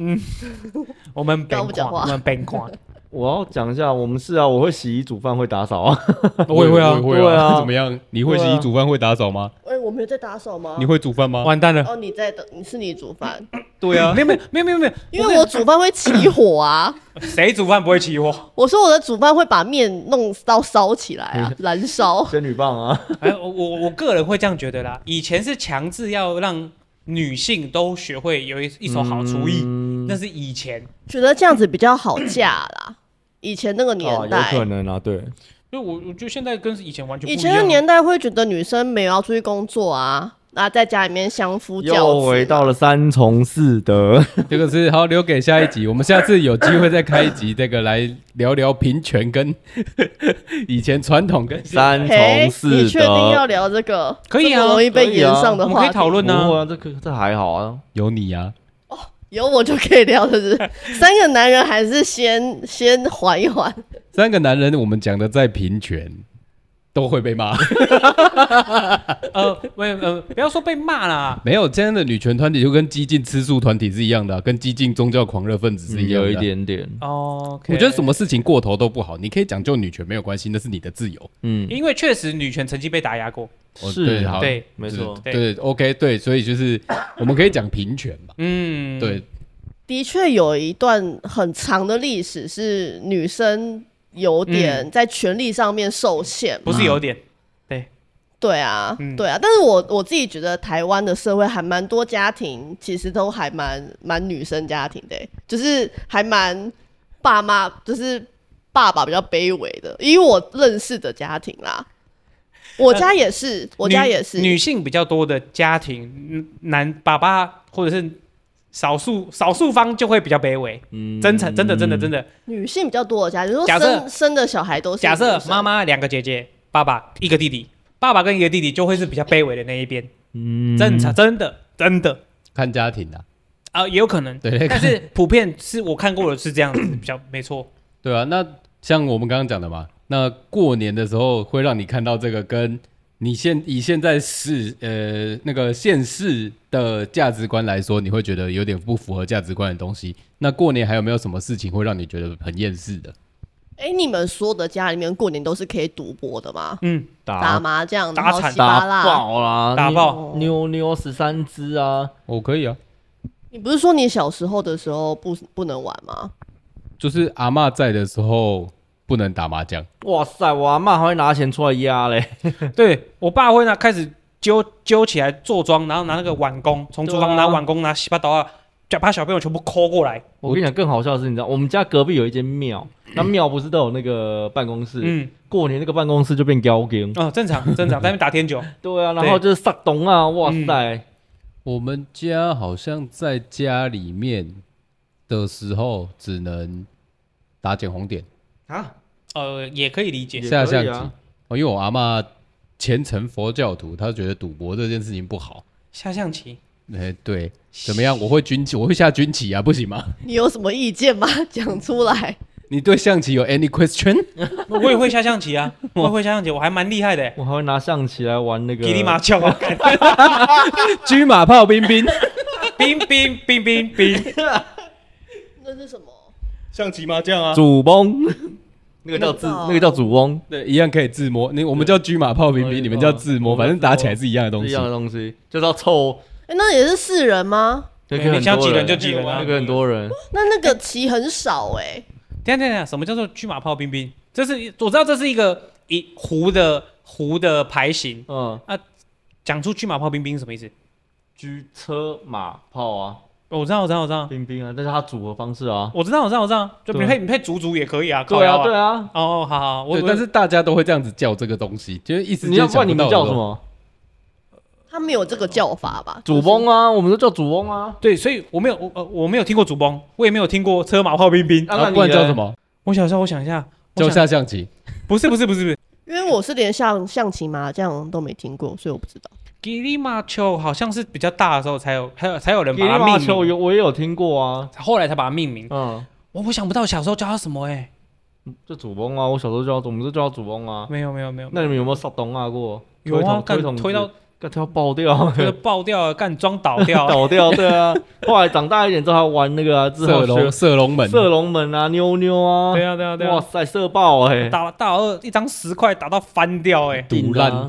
[SPEAKER 1] 我们
[SPEAKER 3] 刚
[SPEAKER 1] 边
[SPEAKER 3] 不讲
[SPEAKER 1] 框，
[SPEAKER 3] 话
[SPEAKER 1] 我们边框，
[SPEAKER 2] 我要讲一下，我们是啊，我会洗衣煮饭，会打扫啊，
[SPEAKER 1] 我也会啊。
[SPEAKER 4] 我也会
[SPEAKER 2] 对啊
[SPEAKER 4] 怎么样？你会洗
[SPEAKER 2] 对啊
[SPEAKER 4] 衣煮饭，会打扫吗？
[SPEAKER 3] 哎、我没有在打扫吗
[SPEAKER 4] 你？会煮饭吗？
[SPEAKER 1] 完蛋了，
[SPEAKER 3] 哦，你在等，你是你煮饭，
[SPEAKER 4] 对啊
[SPEAKER 1] 没，有没有没有没有没有，
[SPEAKER 3] 因为我煮饭会起火啊。
[SPEAKER 1] 谁煮饭不会起火？
[SPEAKER 3] 我说我的煮饭会把面弄到烧起来啊，燃烧。
[SPEAKER 2] 仙女棒啊，
[SPEAKER 1] 哎，我我我个人会这样觉得啦。以前是强制要让女性都学会有一一手好厨艺，
[SPEAKER 2] 嗯
[SPEAKER 1] 那是以前。
[SPEAKER 3] 觉得这样子比较好嫁啦。以前那个
[SPEAKER 2] 哦，
[SPEAKER 3] 年
[SPEAKER 2] 有
[SPEAKER 3] 代，
[SPEAKER 2] 可能啊，对，
[SPEAKER 1] 所以我我觉得现在跟以前完全不一
[SPEAKER 3] 以
[SPEAKER 1] 样。
[SPEAKER 3] 前的年代会觉得女生没有要出去工作啊，那在家里面相夫教
[SPEAKER 2] 又
[SPEAKER 3] 子。
[SPEAKER 2] 回到了三从四德。
[SPEAKER 4] 这个是好留给下一集，我们下次有机会再开一集，这个来聊聊平权跟 以前传统跟
[SPEAKER 2] 三
[SPEAKER 3] 嘿
[SPEAKER 2] 从
[SPEAKER 3] 你
[SPEAKER 2] 四
[SPEAKER 3] 确定要
[SPEAKER 2] 德。
[SPEAKER 3] 聊这个？
[SPEAKER 1] 可以啊
[SPEAKER 3] 这么容易被
[SPEAKER 2] 可以
[SPEAKER 3] 延
[SPEAKER 2] 啊
[SPEAKER 3] 上的
[SPEAKER 1] 我们
[SPEAKER 3] 话
[SPEAKER 1] 可
[SPEAKER 3] 题，
[SPEAKER 1] 以讨论
[SPEAKER 2] 不会
[SPEAKER 1] 呢。
[SPEAKER 2] 啊，这个这还好啊。
[SPEAKER 4] 有你啊。
[SPEAKER 3] 有我就可以聊，是 不是？三个男人还是先先缓一缓。
[SPEAKER 4] 三个男人，我们讲的再平权，都会被 骂。
[SPEAKER 1] 呃，没有呃，不要说被骂啦，
[SPEAKER 4] 没有这样的女权团体就跟激进吃素团体是一样的啊、跟激进宗教狂热分子是一样的
[SPEAKER 2] 嗯有
[SPEAKER 4] 啊、
[SPEAKER 2] 一点点，
[SPEAKER 1] 哦，
[SPEAKER 4] 我觉得什么事情过头都不好，你可以讲究女权没有关系，那是你的自由。
[SPEAKER 2] 嗯，
[SPEAKER 1] 因为确实女权曾经被打压过，
[SPEAKER 4] 哦
[SPEAKER 2] 是
[SPEAKER 4] 好
[SPEAKER 2] 啊，
[SPEAKER 1] 对，
[SPEAKER 2] 没错，
[SPEAKER 4] 对对，OK，对，所以就是我们可以讲平权嘛，
[SPEAKER 1] 嗯，
[SPEAKER 4] 对，
[SPEAKER 3] 的确有一段很长的历史是女生有
[SPEAKER 1] 嗯
[SPEAKER 3] 点在权力上面受限嘛
[SPEAKER 1] 不是有点，
[SPEAKER 3] 对啊，
[SPEAKER 1] 嗯
[SPEAKER 3] 对啊，但是我我自己觉得台湾的社会还蛮多家庭，其实都还蛮蛮女生家庭的欸、就是还蛮爸妈，就是爸爸比较卑微的，以我认识的家庭啦，我家也是，我家
[SPEAKER 1] 女
[SPEAKER 3] 也是，
[SPEAKER 1] 呃女性比较多的家庭，嗯男爸爸或者是少数少数方就会比较卑微，
[SPEAKER 2] 嗯
[SPEAKER 1] 真诚真的真的真的。
[SPEAKER 3] 女性比较多的家庭，就是
[SPEAKER 1] 假
[SPEAKER 3] 说
[SPEAKER 1] 设
[SPEAKER 3] 生生的小孩都是
[SPEAKER 1] 假设
[SPEAKER 3] 女生
[SPEAKER 1] 妈妈两个姐姐，爸爸一个弟弟，爸爸跟一个弟弟就会是比较卑微的那一边，
[SPEAKER 2] 嗯
[SPEAKER 1] 正常真的真的
[SPEAKER 4] 看家庭啊，
[SPEAKER 1] 啊、也有可能，
[SPEAKER 4] 对
[SPEAKER 1] 但是普遍是我看过的是这样子，比较没 错。
[SPEAKER 4] 对啊。那像我们刚刚讲的嘛，那过年的时候会让你看到这个跟你现以现在是呃那个现世的价值观来说，你会觉得有点不符合价值观的东西。那过年还有没有什么事情会让你觉得很厌世的？
[SPEAKER 3] 哎、你们所有的家里面过年都是可以赌博的吗？
[SPEAKER 1] 嗯，
[SPEAKER 3] 打
[SPEAKER 2] 打
[SPEAKER 3] 麻将，
[SPEAKER 1] 打
[SPEAKER 3] 然后
[SPEAKER 1] 惨
[SPEAKER 3] 稀巴
[SPEAKER 2] 打
[SPEAKER 3] 烂。
[SPEAKER 2] 爆啦，
[SPEAKER 1] 打爆
[SPEAKER 2] 妞妞十三只啊，
[SPEAKER 4] 我可以啊，
[SPEAKER 3] 你不是说你小时候的时候不不能玩吗？
[SPEAKER 4] 就是阿嬷在的时候不能打麻将，
[SPEAKER 2] 哇塞，我阿妈还会拿钱出来压嘞，
[SPEAKER 1] 对我爸会呢开始揪揪起来坐庄，然后拿那个碗弓从厨房拿
[SPEAKER 2] 对啊
[SPEAKER 1] 碗弓拿洗把刀啊，就把小朋友全部抠过来。
[SPEAKER 2] 我跟你讲，更好笑的是，你知道，我们家隔壁有一间庙，那庙不是都有那个办公室？
[SPEAKER 1] 嗯，
[SPEAKER 2] 过年那个办公室就变高game。
[SPEAKER 1] 哦，正常正 常，在那边打天九。
[SPEAKER 2] 对啊，
[SPEAKER 1] 对
[SPEAKER 2] 然后就是撒东啊，哇塞，
[SPEAKER 4] 我们家好像在家里面的时候只能打捡红点
[SPEAKER 2] 啊，
[SPEAKER 1] 呃，也可以理解
[SPEAKER 2] 也。
[SPEAKER 4] 下象
[SPEAKER 2] 可以
[SPEAKER 4] 棋、
[SPEAKER 2] 啊
[SPEAKER 4] 哦，因为我阿嬷虔诚佛教徒，她觉得赌博这件事情不好。
[SPEAKER 1] 下象棋，
[SPEAKER 4] 哎、对，怎么样？我会军棋，我会下军棋啊，不行吗？
[SPEAKER 3] 你有什么意见吗？ 讲出来。
[SPEAKER 4] 你对象棋有 any question？
[SPEAKER 1] 我也会下象棋 啊，我也会下象棋，我还蛮厉害的欸。
[SPEAKER 2] 我还会拿象棋来玩那个
[SPEAKER 1] 霹雳麻将 啊，干
[SPEAKER 4] 车马炮兵兵，
[SPEAKER 1] 冰冰冰冰冰，
[SPEAKER 3] 那是什么？
[SPEAKER 4] 象棋麻将啊，
[SPEAKER 2] 主翁， 那个叫自，
[SPEAKER 3] 那个
[SPEAKER 2] 那个叫主翁，
[SPEAKER 4] 对，一样可以自摸。那我们叫车马炮兵
[SPEAKER 2] 对哦
[SPEAKER 4] 兵，你们叫自摸，
[SPEAKER 2] 我们
[SPEAKER 4] 反正打起来是一样的东
[SPEAKER 2] 是一
[SPEAKER 4] 西
[SPEAKER 2] 样。的东西，就是要凑，
[SPEAKER 3] 哎、那也是四人吗？
[SPEAKER 2] 那
[SPEAKER 1] 你
[SPEAKER 2] 个很
[SPEAKER 1] 想
[SPEAKER 2] 多
[SPEAKER 1] 几人
[SPEAKER 2] 人
[SPEAKER 1] 就几人啊
[SPEAKER 2] 那个很多人，
[SPEAKER 3] 那那个棋很少哎、
[SPEAKER 1] 等一下等一下，什么叫做车马炮冰冰？这是我知道这是一个一湖的湖的牌型，
[SPEAKER 2] 嗯，
[SPEAKER 1] 讲出车马炮冰冰是什么意思？
[SPEAKER 2] 车车马炮啊，
[SPEAKER 1] 哦我知道我知道我知道
[SPEAKER 2] 冰冰啊，但是它组合方式啊，
[SPEAKER 1] 我知道我知道我知道，就你
[SPEAKER 2] 对
[SPEAKER 1] 配你配竹竹也可以啊，靠
[SPEAKER 2] 对
[SPEAKER 1] 腰
[SPEAKER 2] 啊对啊，
[SPEAKER 1] 哦，好好，我
[SPEAKER 4] 对，
[SPEAKER 1] 我
[SPEAKER 4] 但是大家都会这样子叫这个东西，就是意思
[SPEAKER 2] 你要
[SPEAKER 4] 不
[SPEAKER 2] 问你们叫什？么？
[SPEAKER 3] 他没有这个叫法吧？
[SPEAKER 2] 主翁啊，我们都叫主翁啊，
[SPEAKER 1] 对，所以我没有我呃我没有听过主崩，我也没有听过车马炮冰冰。
[SPEAKER 2] 啊那
[SPEAKER 4] 啊，
[SPEAKER 2] 你
[SPEAKER 4] 不然叫
[SPEAKER 2] 嘞
[SPEAKER 4] 什么？
[SPEAKER 1] 我小时候我想一下，我
[SPEAKER 4] 叫
[SPEAKER 1] 想
[SPEAKER 4] 下象棋，
[SPEAKER 1] 不是不是不是不是，
[SPEAKER 3] 因为我是连象象棋、麻将都没听过，所以我不知道。
[SPEAKER 1] 吉利马丘好像是比较大的时候才有，还有才有人
[SPEAKER 2] 吉
[SPEAKER 1] 把
[SPEAKER 2] 利
[SPEAKER 1] 它
[SPEAKER 2] 马
[SPEAKER 1] 命
[SPEAKER 2] 球
[SPEAKER 1] 名，
[SPEAKER 2] 有我也有听过啊，
[SPEAKER 1] 后来才把它命名。
[SPEAKER 2] 嗯，
[SPEAKER 1] 我我想不到小时候叫它什么哎、
[SPEAKER 2] 就主翁啊，我小时候叫我们就叫主翁啊。
[SPEAKER 1] 没有没有没有，
[SPEAKER 2] 那你们有没有上东啊过？
[SPEAKER 1] 有啊，干
[SPEAKER 2] 推桶
[SPEAKER 1] 推到
[SPEAKER 2] 干推到爆 掉，
[SPEAKER 1] 推到爆掉，干装倒掉，
[SPEAKER 2] 倒掉，对啊。后来长大一点之后还玩那个 啊，之
[SPEAKER 4] 射
[SPEAKER 2] 后
[SPEAKER 4] 龙
[SPEAKER 2] 学
[SPEAKER 4] 射龙门，
[SPEAKER 2] 射龙门啊，妞妞啊，
[SPEAKER 1] 对啊对啊对
[SPEAKER 2] 哇
[SPEAKER 1] 啊，
[SPEAKER 2] 塞，射爆哎，
[SPEAKER 1] 打大二一张十块打到翻掉哎、
[SPEAKER 4] 赌烂，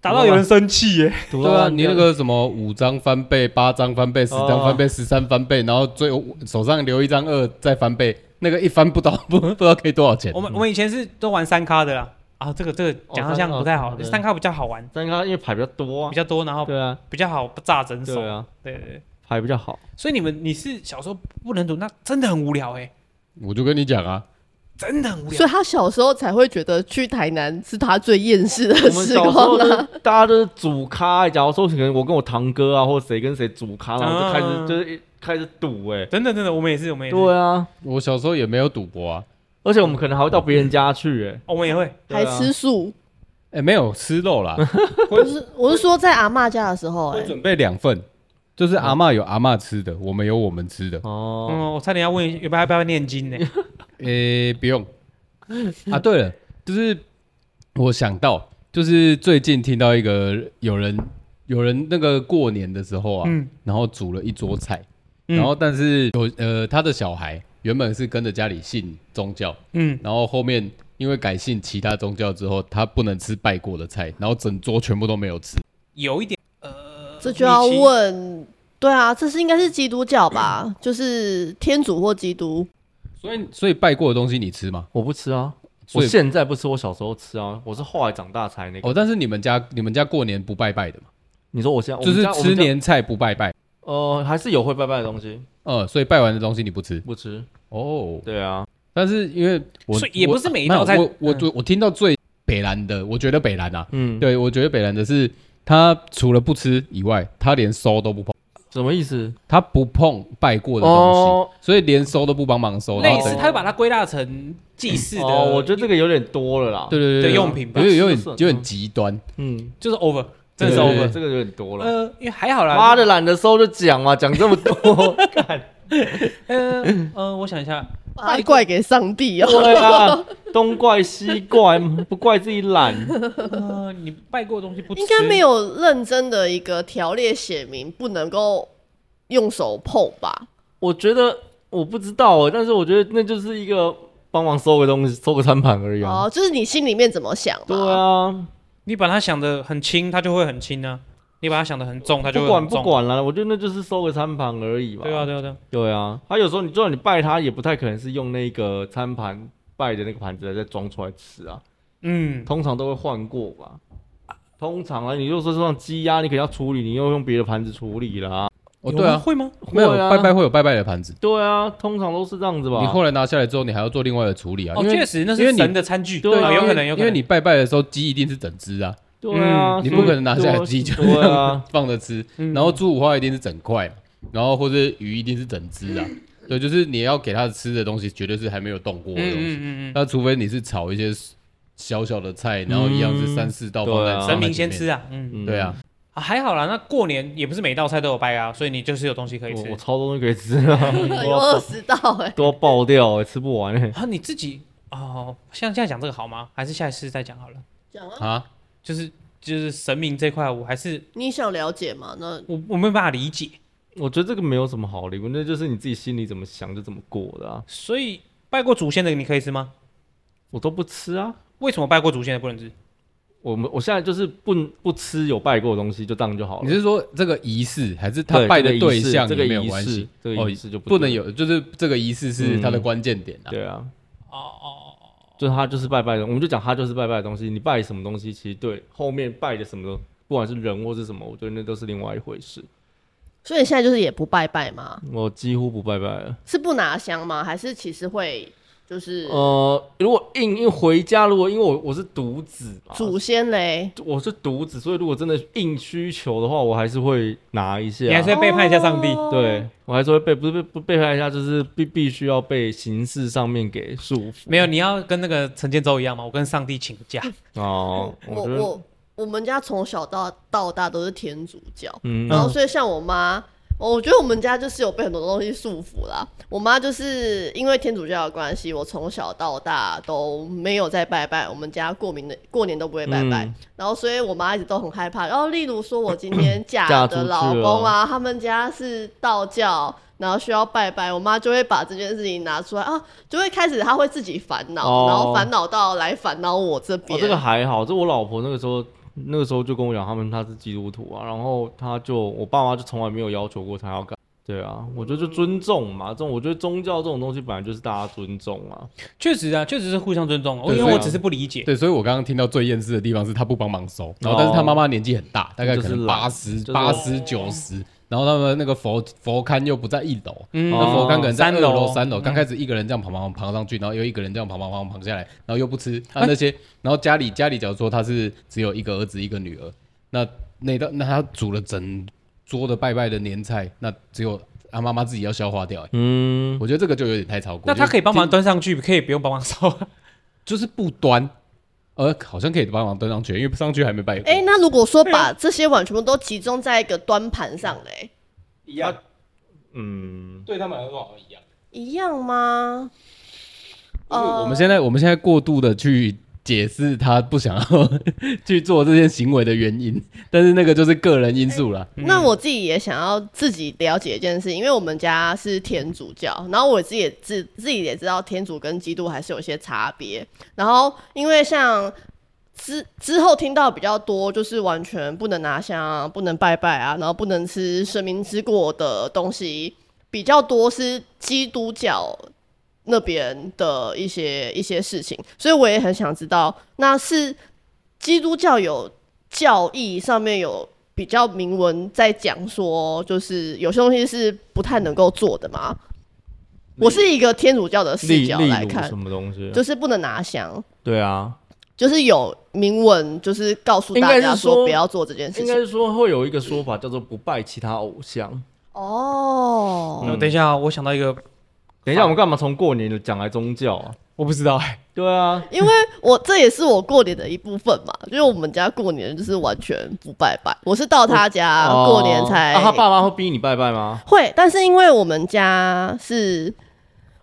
[SPEAKER 1] 打到有人生气哎、
[SPEAKER 2] 赌
[SPEAKER 4] 啊对啊，你那个什么五张翻倍、八张翻倍、十张翻倍、十三翻倍，然后最后手上留一张二再翻倍，那个一翻不到不 不知道可以多少钱
[SPEAKER 1] 我。们我们以前是都玩三咖的啦，啊这个这个讲到
[SPEAKER 2] 哦
[SPEAKER 1] 像不太
[SPEAKER 2] 三
[SPEAKER 1] 好，
[SPEAKER 2] 咖
[SPEAKER 1] 三咖比较好玩，
[SPEAKER 2] 三咖因为牌比较多啊
[SPEAKER 1] 比，较多，然后
[SPEAKER 2] 对啊，
[SPEAKER 1] 比较好炸整手
[SPEAKER 2] 对，啊，
[SPEAKER 1] 对对对。
[SPEAKER 2] 牌比较好。
[SPEAKER 1] 所以你们你是小时候不能赌，那真的很无聊哎、
[SPEAKER 4] 我就跟你讲啊，
[SPEAKER 1] 真的很无聊。
[SPEAKER 3] 所以他小时候才会觉得去台南是他最厌世的
[SPEAKER 2] 我们
[SPEAKER 3] 时
[SPEAKER 2] 小时候
[SPEAKER 3] 光
[SPEAKER 2] 都
[SPEAKER 3] 啦、
[SPEAKER 2] 是啊大家都是组咖、欸假如说可能我跟我堂哥啊，或者谁跟谁组咖，然后就开始、
[SPEAKER 1] 啊
[SPEAKER 2] 就是一开始赌哎、
[SPEAKER 1] 真的真的，我们也是，我们也是，
[SPEAKER 2] 对啊，
[SPEAKER 4] 我小时候也没有赌博啊，
[SPEAKER 2] 而且我们可能还会到别人家去哎、
[SPEAKER 1] 我们也会。
[SPEAKER 2] 对
[SPEAKER 3] 还
[SPEAKER 2] 啊
[SPEAKER 3] 吃素。
[SPEAKER 4] 哎，没有吃肉啦，
[SPEAKER 1] 会
[SPEAKER 3] 不是，我是说在阿嬷家的时候、
[SPEAKER 4] 我
[SPEAKER 3] 哎，
[SPEAKER 4] 准备两份，就是阿嬷有阿嬷吃的，我们有我们吃的。
[SPEAKER 2] 哦，
[SPEAKER 1] 嗯，我差点要问一下，有没有要不要念经 呢？
[SPEAKER 4] 诶、不用。啊，对了，就是我想到就是最近听到一个有人有人那个过年的时候啊，
[SPEAKER 1] 嗯
[SPEAKER 4] 然后煮了一桌菜，
[SPEAKER 1] 嗯
[SPEAKER 4] 然后但是有呃他的小孩原本是跟着家里信宗教，
[SPEAKER 1] 嗯，
[SPEAKER 4] 然后后面因为改信其他宗教之后，他不能吃拜过的菜，然后整桌全部都没有吃。
[SPEAKER 1] 有一点呃，
[SPEAKER 3] 这就要
[SPEAKER 1] 米奇
[SPEAKER 3] 问，对啊，这是应该是基督教吧？就是天主或基督。
[SPEAKER 4] 所以所以拜过的东西你吃吗？
[SPEAKER 2] 我不吃啊，
[SPEAKER 4] 所
[SPEAKER 2] 我
[SPEAKER 4] 以
[SPEAKER 2] 现在不吃，我小时候吃啊，我是后来长大才那个。
[SPEAKER 4] 哦，但是你们家你们家过年不拜拜的嘛？
[SPEAKER 2] 你说我现在
[SPEAKER 4] 就是吃，
[SPEAKER 2] 我们家我们
[SPEAKER 4] 年菜不拜拜，
[SPEAKER 2] 家呃，还是有会拜拜的东西，
[SPEAKER 4] 呃，所以拜完的东西你不吃
[SPEAKER 2] 不吃。
[SPEAKER 4] 哦。
[SPEAKER 2] 对啊，
[SPEAKER 4] 但是因为我
[SPEAKER 1] 所以也不是每一
[SPEAKER 4] 没有
[SPEAKER 1] 道菜
[SPEAKER 4] 我我
[SPEAKER 1] 嗯
[SPEAKER 4] 我我听到最北兰的，我觉得北兰啊，
[SPEAKER 2] 嗯，
[SPEAKER 4] 对我觉得北兰的是他除了不吃以外，他连收都不碰，
[SPEAKER 2] 什么意思？
[SPEAKER 4] 他不碰拜过的东西，
[SPEAKER 2] 哦
[SPEAKER 4] 所以连收都不帮忙收，然
[SPEAKER 1] 类
[SPEAKER 4] 后
[SPEAKER 1] 似，
[SPEAKER 4] 整
[SPEAKER 1] 他会把它归纳成祭祀的，
[SPEAKER 2] 哦，我觉得这个有点多了啦。
[SPEAKER 4] 对，对对
[SPEAKER 1] 的
[SPEAKER 4] 对
[SPEAKER 1] 用品吧
[SPEAKER 4] 有点有
[SPEAKER 2] 是是
[SPEAKER 4] 点有点极端，
[SPEAKER 2] 嗯，
[SPEAKER 1] 就是 over，真的是
[SPEAKER 4] 对
[SPEAKER 1] over。
[SPEAKER 2] 这个有点多了。
[SPEAKER 1] 呃，因为还好啦。
[SPEAKER 2] 妈的，懒得收就讲嘛，讲这么多，干
[SPEAKER 1] 呃呃，我想一下，
[SPEAKER 3] 把它怪给上帝 哦、
[SPEAKER 2] 对啊，东怪西怪，不怪自己懒。
[SPEAKER 1] 呃，你拜过的东西不吃
[SPEAKER 3] 应该没有认真的一个条列写明不能够用手碰吧？
[SPEAKER 2] 我觉得我不知道哦，但是我觉得那就是一个帮忙收个东西、收个餐盘而已啊。
[SPEAKER 3] 哦，就是你心里面怎么想嘛？
[SPEAKER 2] 对
[SPEAKER 1] 哦
[SPEAKER 2] 啊，
[SPEAKER 1] 你把它想的很轻，它就会很轻啊；你把它想的很重，它就
[SPEAKER 2] 不
[SPEAKER 1] 会
[SPEAKER 2] 管
[SPEAKER 1] 很
[SPEAKER 2] 不
[SPEAKER 1] 重。
[SPEAKER 2] 管啦，我觉得那就是收个餐盘而已嘛。
[SPEAKER 1] 对啊，对啊，
[SPEAKER 4] 哦
[SPEAKER 1] 对啊。
[SPEAKER 2] 对啊，他有时候你就算你拜他，也不太可能是用那个餐盘拜的那个盘子再装出来吃啊，
[SPEAKER 1] 嗯，
[SPEAKER 2] 通常都会换过吧。通常啊，你如果说是像鸡鸭，你肯定要处理，你又用别的盘子处理啦。
[SPEAKER 4] 哦
[SPEAKER 1] 有
[SPEAKER 4] 对
[SPEAKER 1] 吗
[SPEAKER 4] 啊，
[SPEAKER 1] 会吗？
[SPEAKER 4] 没有
[SPEAKER 2] 会啊
[SPEAKER 4] 拜拜会有拜拜的盘子，
[SPEAKER 2] 对啊，通常都是这样子吧。
[SPEAKER 4] 你后来拿下来之后，你还要做另外的处理啊，
[SPEAKER 1] 啊哦，
[SPEAKER 4] 因
[SPEAKER 1] 确
[SPEAKER 4] 为
[SPEAKER 1] 实那
[SPEAKER 4] 因为
[SPEAKER 1] 是
[SPEAKER 4] 你
[SPEAKER 1] 神的餐具，
[SPEAKER 2] 对啊
[SPEAKER 1] 有可
[SPEAKER 4] 因
[SPEAKER 1] 能，
[SPEAKER 4] 为
[SPEAKER 1] 有可能。
[SPEAKER 4] 因为你拜拜的时候鸡一定是整只啊，
[SPEAKER 2] 对啊，
[SPEAKER 4] 你
[SPEAKER 2] 所以
[SPEAKER 4] 不可能拿下来自己就
[SPEAKER 2] 对啊，
[SPEAKER 4] 放着吃，
[SPEAKER 1] 嗯
[SPEAKER 4] 然后猪五花一定是整块，然后或者鱼一定是整只啊，对，就是你要给它吃的东西绝对是还没有动过的东西，
[SPEAKER 1] 嗯嗯嗯
[SPEAKER 4] 那除非你是炒一些小小的菜，然后一样是三四道放
[SPEAKER 2] 对
[SPEAKER 4] 在
[SPEAKER 2] 啊
[SPEAKER 1] 嗯，
[SPEAKER 4] 上
[SPEAKER 1] 神
[SPEAKER 4] 面
[SPEAKER 1] 明先吃，啊，嗯，
[SPEAKER 2] 嗯
[SPEAKER 4] 对啊，，
[SPEAKER 1] 啊还好啦。那过年也不是每道菜都有拜啊，所以你就是有东西可以
[SPEAKER 2] 我我
[SPEAKER 1] 吃
[SPEAKER 2] 超多东西可以吃啊，都
[SPEAKER 3] 有
[SPEAKER 2] 要
[SPEAKER 3] 二
[SPEAKER 2] 爆
[SPEAKER 3] 十道哎、
[SPEAKER 2] 都要爆掉哎，吃不完哎。
[SPEAKER 1] 啊。你自己哦，像现在讲这个好吗？还是下一次再讲好了？
[SPEAKER 3] 讲
[SPEAKER 2] 嗯
[SPEAKER 3] 啊，
[SPEAKER 4] 啊，
[SPEAKER 1] 就是就是神明这块，我还是
[SPEAKER 3] 你想了解吗？那
[SPEAKER 1] 我我没有办法理解，
[SPEAKER 2] 我觉得这个没有什么好理论，那就是你自己心里怎么想就怎么过的啊。
[SPEAKER 1] 所以拜过祖先的你可以吃吗？
[SPEAKER 2] 我都不吃啊，
[SPEAKER 1] 为什么拜过祖先的不能吃？
[SPEAKER 2] 我们我现在就是不不吃有拜过的东西就当就好了。
[SPEAKER 4] 你是说这个仪式还是
[SPEAKER 2] 对
[SPEAKER 4] 他拜
[SPEAKER 2] 这
[SPEAKER 4] 的
[SPEAKER 2] 个仪
[SPEAKER 4] 对
[SPEAKER 2] 式
[SPEAKER 4] 象
[SPEAKER 2] 这个
[SPEAKER 4] 也没有
[SPEAKER 2] 仪
[SPEAKER 4] 关
[SPEAKER 2] 式
[SPEAKER 4] 系？哦
[SPEAKER 2] 这个仪式就不
[SPEAKER 4] 不能
[SPEAKER 2] 对
[SPEAKER 4] 有，就是这个仪式是它的
[SPEAKER 2] 嗯
[SPEAKER 4] 关键点啊。
[SPEAKER 2] 对啊，
[SPEAKER 1] 哦哦哦，
[SPEAKER 2] 就他就是拜拜的，我们就讲他就是拜拜的东西。你拜什么东西，其实对后面拜的什么，不管是人或是什么，我觉得那都是另外一回事。
[SPEAKER 3] 所以你现在就是也不拜拜吗？
[SPEAKER 2] 我几乎不拜拜了。
[SPEAKER 3] 是不拿香吗？还是其实会就是
[SPEAKER 1] 哦
[SPEAKER 2] 呃，如果硬硬回家，如果因为我我是独子嘛，
[SPEAKER 3] 祖先嘞？
[SPEAKER 2] 我是独子，所以如果真的硬需求的话，我还是会拿一下。
[SPEAKER 1] 你还是会背叛一下上帝。
[SPEAKER 3] 哦
[SPEAKER 2] 对，我还是会被不是被不背叛一下，就是必必须要被形式上面给束缚。
[SPEAKER 1] 没有，你要跟那个陈建州一样吗？我跟上帝请假，
[SPEAKER 2] 哦，
[SPEAKER 3] 我
[SPEAKER 2] 觉得
[SPEAKER 3] 我我们家从小到到大都是天主教，
[SPEAKER 2] 嗯
[SPEAKER 3] 然后所以像我妈，哦我觉得我们家就是有被很多东西束缚啦。我妈就是因为天主教的关系，我从小到大都没有在拜拜，我们家过明的过年都不会拜拜，
[SPEAKER 2] 嗯
[SPEAKER 3] 然后所以我妈一直都很害怕。然后例如说我今 天
[SPEAKER 2] 嫁
[SPEAKER 3] 嫁
[SPEAKER 2] 出去
[SPEAKER 3] 的老公啊，他们家是道教。然后需要拜拜，我妈就会把这件事情拿出来啊，就会开始她会自己烦恼，
[SPEAKER 2] 哦
[SPEAKER 3] 然后烦恼到来烦恼我这边。
[SPEAKER 2] 哦，这个还好，这我老婆那个时候那个时候就跟我讲，他们她是基督徒啊，然后她就我爸妈就从来没有要求过她要干。对啊，我觉得就尊重嘛，这种我觉得宗教这种东西本来就是大家尊重啊。
[SPEAKER 1] 确实啊，确实是互相尊重。因
[SPEAKER 4] 对啊
[SPEAKER 1] 为
[SPEAKER 4] 所以
[SPEAKER 1] 我只是不理解，
[SPEAKER 4] 对，所以我刚刚听到最厌世的地方是他不帮忙
[SPEAKER 1] 哦
[SPEAKER 4] 收，然后但是他妈妈年纪很大，大概可能八十
[SPEAKER 2] 就是
[SPEAKER 4] 八
[SPEAKER 2] 懒
[SPEAKER 1] 哦
[SPEAKER 4] 十九十，然后他们那个佛佛龛又不在一楼，
[SPEAKER 1] 嗯
[SPEAKER 4] 那佛龛可能在
[SPEAKER 1] 三
[SPEAKER 4] 二
[SPEAKER 1] 楼嗯
[SPEAKER 4] 楼三楼，刚开始一个人这样爬爬爬上去，然后又一个人这样爬爬爬爬下来，然后又不吃，那那
[SPEAKER 1] 哎
[SPEAKER 4] 些，然后家里家里假如说他是只有一个儿子一个女儿，那那道那他煮了整桌的拜拜的年菜，那只有他妈妈自己要消化掉、欸
[SPEAKER 2] 嗯，
[SPEAKER 4] 我觉得这个就有点太超过。
[SPEAKER 1] 那他可以帮忙
[SPEAKER 4] 就
[SPEAKER 1] 端上去，可以不用帮忙收。
[SPEAKER 4] 就是不端，呃，好像可以帮忙端上去，因为上去还没拜过。
[SPEAKER 3] 哎、那如果说
[SPEAKER 2] 啊
[SPEAKER 3] 把这些碗全部都集中在一个端盘上嘞，
[SPEAKER 2] 一样，嗯，
[SPEAKER 4] 对他们来说好像一样。
[SPEAKER 3] 一样吗？哦
[SPEAKER 4] 我们现在我们现在过度的去解释他不想要去做这些行为的原因， 但是那个就是个人因素啦。
[SPEAKER 3] 那我自己也想要自己了解一件事，因为我们家是天主教，然后我自己也自自己也知道天主跟基督还是有些差别。然后因为像之之后听到比较多，就是完全不能拿香啊，不能拜拜啊，然后不能吃神明吃过的东西，比较多是基督教那边的一些一些事情，所以我也很想知道，那是基督教有教义上面有比较明文在讲说，就是有些东西是不太能够做的嘛。我是一个天主教的视
[SPEAKER 2] 例
[SPEAKER 3] 角
[SPEAKER 2] 例
[SPEAKER 3] 来
[SPEAKER 2] 如
[SPEAKER 3] 看
[SPEAKER 2] 什，么东西？
[SPEAKER 3] 就是不能拿香，
[SPEAKER 2] 对啊，
[SPEAKER 3] 就是有明文就是告诉大
[SPEAKER 2] 应该
[SPEAKER 3] 家
[SPEAKER 2] 是说
[SPEAKER 3] 说不要做这件事
[SPEAKER 2] 应该
[SPEAKER 3] 情。
[SPEAKER 2] 是说会有一个说法叫做不拜其他偶像。
[SPEAKER 3] 哦，
[SPEAKER 4] 嗯
[SPEAKER 1] 等一下啊，我想到一个，
[SPEAKER 2] 等一下，我们干嘛从过年讲来宗教啊？
[SPEAKER 1] 我不知道哎，
[SPEAKER 2] 对啊，
[SPEAKER 3] 因为我这也是我过年的一部分嘛，因为我们家过年就是完全不拜拜，我是到他家
[SPEAKER 2] 哦
[SPEAKER 3] 过年才、
[SPEAKER 2] 啊他爸妈会逼你拜拜吗？
[SPEAKER 3] 会，但是因为我们家是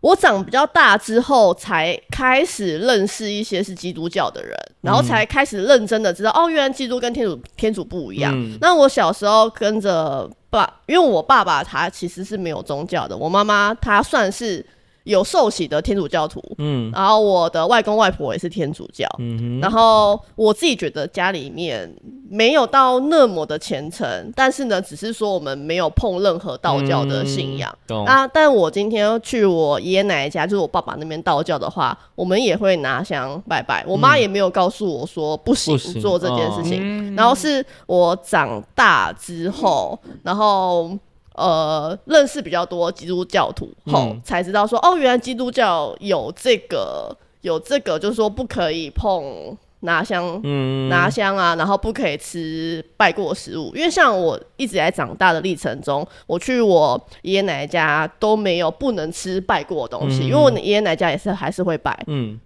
[SPEAKER 3] 我长比较大之后才开始认识一些是基督教的人，然
[SPEAKER 2] 嗯
[SPEAKER 3] 后才开始认真的知道、哦，原来基督跟天主天主不一样。
[SPEAKER 2] 嗯
[SPEAKER 3] 那我小时候跟着爸，因为我爸爸他其实是没有宗教的，我妈妈她算是有受洗的天主教徒，
[SPEAKER 2] 嗯
[SPEAKER 3] 然后我的外公外婆也是天主教，
[SPEAKER 2] 嗯
[SPEAKER 3] 然后我自己觉得家里面没有到那么的虔诚，但是呢，只是说我们没有碰任何道教的信仰。
[SPEAKER 2] 哼，懂。
[SPEAKER 3] 啊，但我今天去我爷爷奶奶家，就是我爸爸那边道教的话，我们也会拿香拜拜。我妈也没有告诉我说不
[SPEAKER 2] 嗯
[SPEAKER 3] 行
[SPEAKER 2] 不行哦
[SPEAKER 3] 做这件事情，然后是我长大之后，然后呃认识比较多基督教徒后，
[SPEAKER 2] 嗯
[SPEAKER 3] 才知道说哦，原来基督教有这个有这个，就是说不可以碰拿香
[SPEAKER 2] 嗯
[SPEAKER 3] 拿香啊，然后不可以吃拜过的食物，因为像我一直在长大的历程中，我去我爷爷奶奶家都没有不能吃拜过的东西，
[SPEAKER 2] 嗯
[SPEAKER 3] 因为我爷爷奶奶家也是还是会拜，
[SPEAKER 2] 嗯，